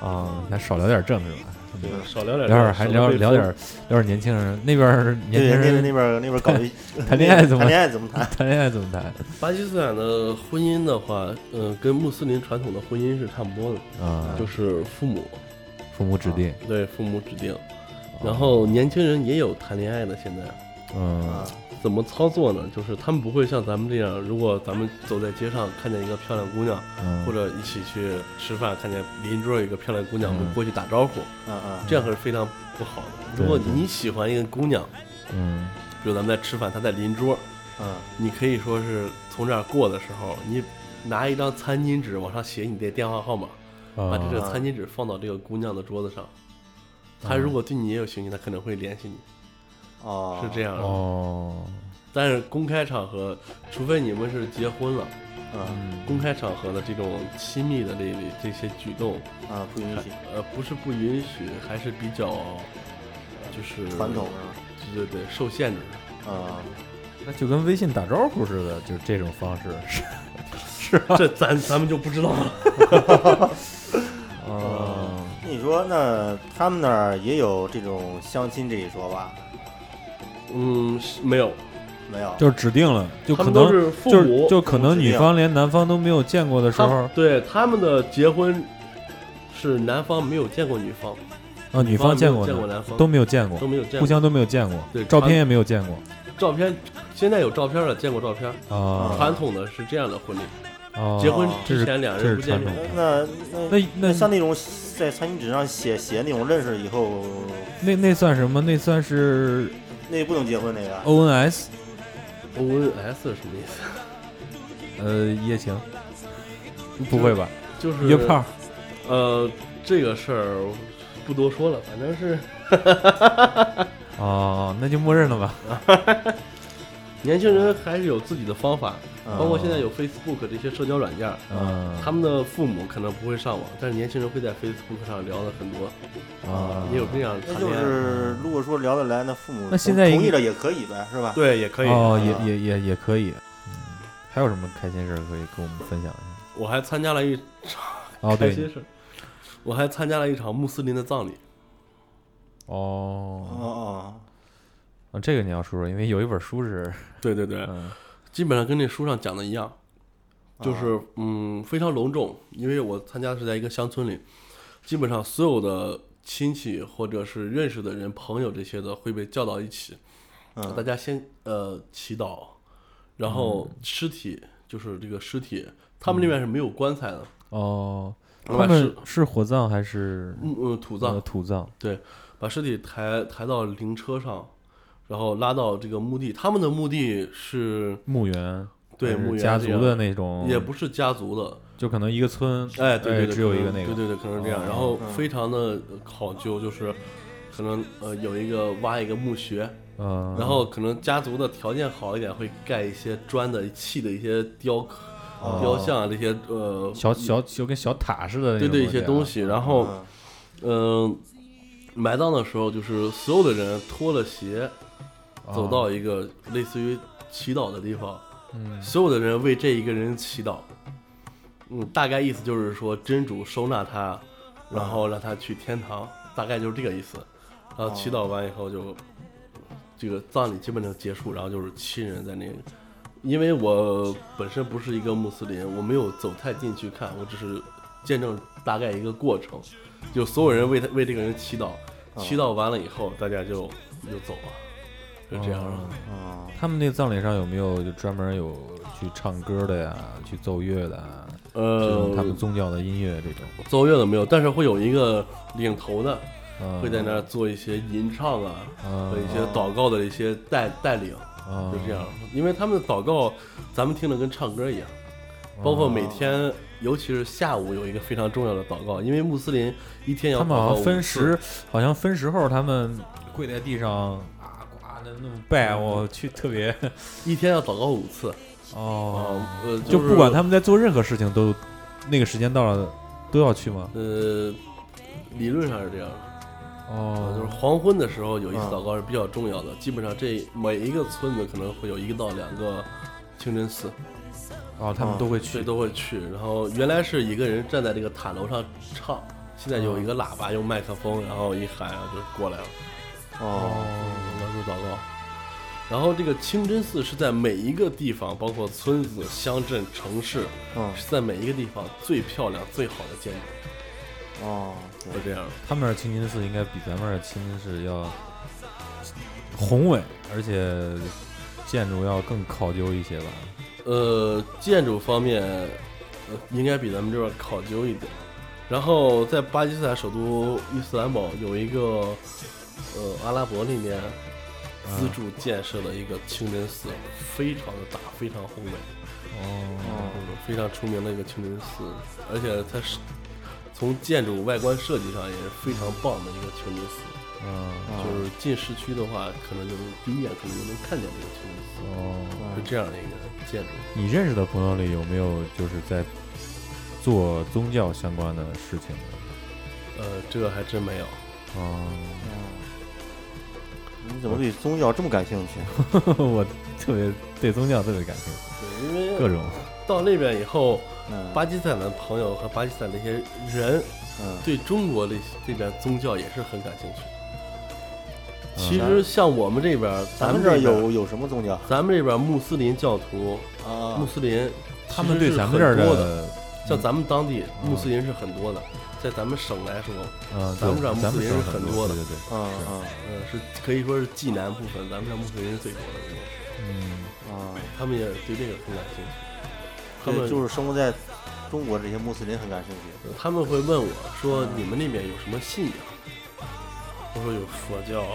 A: 啊，咱少聊点政治吧，
C: 对，少聊点
A: 聊点还
C: 少
A: 聊
C: 被
A: 聊
C: 封
A: 点聊点年轻人那边儿年
B: 对，
A: 轻
B: 那边那
A: 人
B: 边儿那边儿搞一
A: 谈恋爱怎么
B: 谈恋爱怎么谈？
A: 谈恋爱怎么谈
C: 巴基斯坦的婚姻的话，呃，跟穆斯林传统的婚姻是差不多的，
A: 啊？
C: 就是父母
A: 父母指定，啊
C: 对父母指
A: 哦
C: 定，啊然后年轻人也有谈恋爱的，现在
A: 嗯
B: 啊，
C: 怎么操作呢？就是他们不会像咱们这样，如果咱们走在街上看见一个漂亮姑娘，
A: 嗯
C: 或者一起去吃饭看见邻桌有一个漂亮姑娘，我
A: 嗯
C: 们过去打招呼，
B: 嗯嗯，
C: 这样可是非常不好的。
A: 对
C: 如果
A: 对
C: 你喜欢一个姑娘，
A: 嗯
C: 比如咱们在吃饭，她在邻桌，
B: 嗯
C: 你可以说是从这儿过的时候，你拿一张餐巾纸往上写你的电话号码，把这个
A: 啊
C: 餐巾纸放到这个姑娘的桌子上。她如果对你也有兴趣，她可能会联系你，
B: 哦，
C: 是这样的。
A: 哦，
C: 但是公开场合，除非你们是结婚了，
B: 嗯
A: 嗯
C: 公开场合的这种亲密的这这些举动，
B: 啊，不允许
C: 呃，不是不允许，还是比较呃就是
B: 传统，是
C: 对对对，受限制的。
B: 吧？啊，
A: 那就跟微信打招呼似的，就是这种方式是
C: 这咱咱们就不知道了。
A: 啊。
B: 那你说那他们那儿也有这种相亲这一说吧？
C: 嗯，是没有，
B: 没有，
A: 就是指定了，就
C: 他
A: 可
C: 们都
A: 能
C: 是父
A: 就
C: 母
A: 是就可能
B: 指定
A: 女方连男方都没有见过的时
C: 他
A: 候，
C: 对他们的结婚是男方没有见过女方，
A: 啊，女方
C: 没
A: 见
C: 有
A: 过
C: 见过
A: 的
C: 男方
A: 都没有见过
C: 都，没有见
A: 互
C: 过。
A: 相都没有见过，
C: 对
A: 照片
C: 传
A: 也没有见过
C: 照片现在有照片了，见过照片。
A: 啊
C: 传统的是这样的婚礼，
A: 啊！
C: 结婚
A: 这是
C: 之前两
A: 这
C: 人
A: 是
C: 不见
A: 传统
C: 面。
B: 那那
A: 那那
B: 像那种在餐巾纸上写写那种认识以后，
A: 那那算什么？那算是
B: 那不能结婚那个
A: O N S，
C: O N S 什么意思？
A: 呃，一夜情，不会吧？
C: 就是
A: 约炮。
C: 呃，这个事儿不多说了，反 正是
A: 哦，那就默认了吧。
C: 年轻人还是有自己的方法，
B: 嗯
C: 包
A: 啊
C: 括现在有 Facebook 这些社交软件。
A: 嗯，
C: 他们的父母可能不会上网，但是年轻人会在 Facebook 上聊的很多，
A: 啊
C: 也有这样
B: 那
C: 谈
B: 就
C: 恋爱。
B: 是如果说聊得来，那父母
A: 嗯那现在
B: 同
A: 应
B: 意了也可以呗，是吧？
C: 对，也可以。
A: 哦，
B: 啊
A: 也也也也可以。嗯还有什么开心事儿可以跟我们分享一
C: 我还参加了一
A: 下？哦，
C: 开心
A: 对，
C: 事儿，我还参加了一场穆斯林的葬礼。
B: 哦
A: 哦，
B: 哦，
A: 啊这个你要说说，因为有一本书是，
C: 对对对，
A: 嗯
C: 基本上跟这书上讲的一样，就是嗯非常隆重，因为我参加的是在一个乡村里，基本上所有的亲戚或者是认识的人、朋友这些的会被叫到一起，
B: 嗯
C: 大家先呃祈祷，然后尸体就是这个尸体，他们那边是没有棺材的，
A: 哦，
C: 我
A: 他
C: 把
A: 们
C: 尸
A: 是火葬还是
C: 嗯嗯土
A: 呃
C: 葬，
A: 土葬？
C: 把尸体抬抬到灵车上，然后拉到这个墓地，他们的墓地是。
A: 墓园还
C: 对
A: 是
C: 墓园
A: 家
C: 这
A: 族
C: 样
A: 的那种，
C: 也不是家族的，
A: 就可能一个村，
C: 哎，对对对，
A: 只有一个
C: 可能
A: 那个，哦嗯
C: 对对对，可能是这样。然后非常的考究，就是可能呃有一个挖一个墓穴，
A: 嗯，
C: 然后可能家族的条件好一点，会盖一些砖的砌的一些雕刻、雕像啊这些呃
A: 哦小小就跟小塔似的那
C: 对
A: 种
C: 对一些东
A: 西啊
C: 西，然
B: 嗯
C: 后嗯、埋葬的时候就是所有的人脱了鞋，
A: 啊，
C: 走到一个类似于祈祷的地方，
A: 嗯
C: 所有的人为这一个人祈祷，嗯，大概意思就是说真主收纳他，然后让他去天堂，大概就是这个意思。然后祈祷完以后就，这个葬礼基本就结束，然后就是亲人在那因为我本身不是一个穆斯林，我没有走太近去看，我只是见证大概一个过程，就所有人为他为这个人祈祷，
B: 哦嗯
C: 祈祷完了以后，大家就就走了，就这样了。
A: 哦
B: 啊，
A: 他们那葬礼上有没有就专门有去唱歌的呀，去奏乐的啊？这种
C: 呃，
A: 他们宗教的音乐这种，
C: 奏乐的没有，但是会有一个领头的，
A: 嗯
C: 会在那儿做一些吟唱啊
A: 嗯
C: 和一些祷告的一些带带领，
A: 啊，
C: 就这样。因为他们的祷告，咱们听着跟唱歌一样，
A: 嗯
C: 包括每天，尤其是下午有一个非常重要的祷告，因为穆斯林一天要
A: 他
C: 祷
A: 们
C: 告
A: 好
C: 五
A: 像
C: 次
A: 分时，好像分时候，他们跪在地上啊，呱的那么拜，我去特 别
C: 一天要祷告五次
A: 哦，
C: 啊，呃，
A: 就是不管他们在做任何事情，都那个时间到了都要去吗？
C: 呃，理论上是这样的。啊，就是
A: 哦，嗯
C: 黄昏的时候有一次祷告是比较重要的，基本上这每一个村子可能会有一到两个清真寺，
A: 哦，他们都会去
C: 这，啊都会去。然后原来是一个人站在这个塔楼上唱，现在有一个喇叭用麦克风，然后一喊然后就过来了，
B: 哦，
C: 然后做祷告。然后这个清真寺是在每一个地方，包括村子、乡镇、城市，
B: 嗯，
C: 是在每一个地方最漂亮、最好的建筑，
B: 哦，
C: 是这样的。
A: 他们那儿清真寺应该比咱们那儿清真寺要宏伟，而且建筑要更考究一些吧。
C: 呃，建筑方面，呃，应该比咱们这边考究一点。然后在巴基斯坦首都伊斯兰堡有一个，呃，阿拉伯那边资助建设的一个清真寺，非常的大，非常宏伟，
A: 哦，
C: 嗯非常出名的一个清真寺，而且它是从建筑外观设计上也是非常棒的一个清真寺。
A: 嗯，
B: 对
C: 就是进市区的话，可能就是第一眼可能就能看见这个清真寺，
A: 哦，
B: 嗯
C: 是这样的一个建筑。
A: 你认识的朋友里有没有就是在做宗教相关的事情的？
C: 呃，这个还真没有。啊
A: 哦，
B: 嗯你怎么对宗教这么感兴趣？
A: 我特别对宗教特别感兴趣，
C: 对，因为
A: 各种
C: 到那边以后，
B: 嗯，
C: 巴基斯坦的朋友和巴基斯坦那些人
B: 嗯，
C: 对中国这这边宗教也是很感兴趣。其
B: 咱
C: 实像我们这边，
B: 咱们这
C: 这
B: 儿
C: 边，
B: 有有什么宗教
C: 咱们这边穆斯林教徒，
B: 啊
C: 穆？斯林
A: 他们对
C: 其实是
A: 咱们这儿
C: 很多
A: 的，
B: 嗯
C: 像咱们当地穆斯林是很多的，在咱们省来说，
A: 嗯，
C: 咱们这儿
A: 对
C: 穆
A: 咱
C: 斯
A: 们
C: 林
A: 省
C: 是很多的
A: 对对对，
B: 啊啊
C: 呃，是可以说是济南部分，咱们这儿穆斯林是最多的这种，
A: 嗯，
B: 啊！
C: 他们也对这个很感兴趣。他
B: 对
C: 们
B: 就是生活在中国这些穆斯林很感兴趣。
C: 他们会问我说：“你们那边有什么信仰？”我说：“有佛教啊、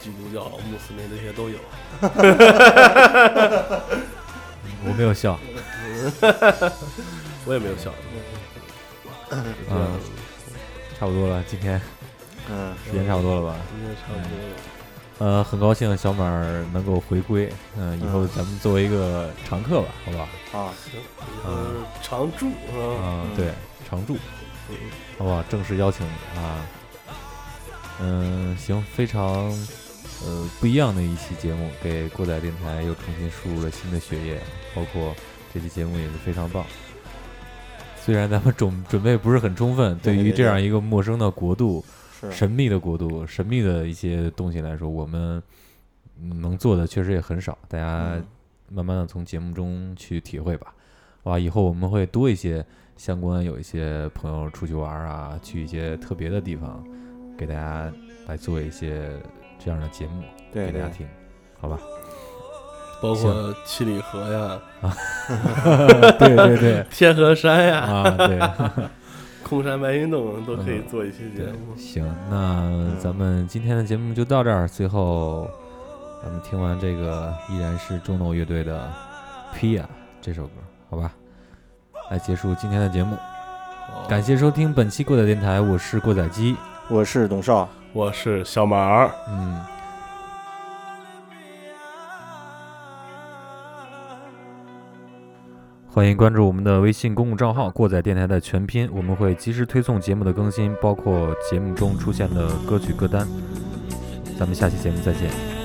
C: 基督教、啊穆斯林这些都有。
A: 我没有 笑，”
C: 我也没有想。
A: 嗯，差不多了，今天
B: 嗯，
A: 时间差不多了吧？
C: 今天差不多了。
A: 呃，很高兴小马儿能够回归，嗯、以后
B: 嗯
A: 咱们作为一个常客吧，好不好？
B: 啊，
C: 行，以后常住是吧？嗯
A: 啊、
B: 嗯
A: 对，常驻，好不好？正式邀请你啊。嗯，行，非常呃不一样的一期节目，给过载电台又重新输入了新的血液，包括这期节目也是非常棒。虽然咱们准准备不是很充分，对
B: 对对
A: 于
B: 对
A: 这样一个陌生的国度、
B: 是
A: 神秘的国度、神秘的一些东西来说，我们嗯能做的确实也很少，大家
B: 嗯
A: 慢慢的从节目中去体会吧。哇，以后我们会多一些相关，有一些朋友出去玩儿啊，去一些特别的地方，给大家来做一些这样的节目
B: 对
A: 给大
B: 对
A: 家，听，好吧？
C: 包括七里河呀、
A: 对对对，
C: 天河山呀、
A: 啊对，
C: 空山白云洞都可以做一期节目。
A: 行，那咱们今天的节目就到这儿。最后，咱们听完这个依然是中岛乐队的《Pia》这首歌，好吧？来结束今天的节目，
C: 好
A: 感谢收听本期过载电台，我是过载机，
B: 我是董少。
C: 我是小马儿。
A: 嗯。欢迎关注我们的微信公共账号“过载电台”的全拼，我们会及时推送节目的更新，包括节目中出现的歌曲歌单。咱们下期节目再见。
D: Thank Oh, Oh, Oh,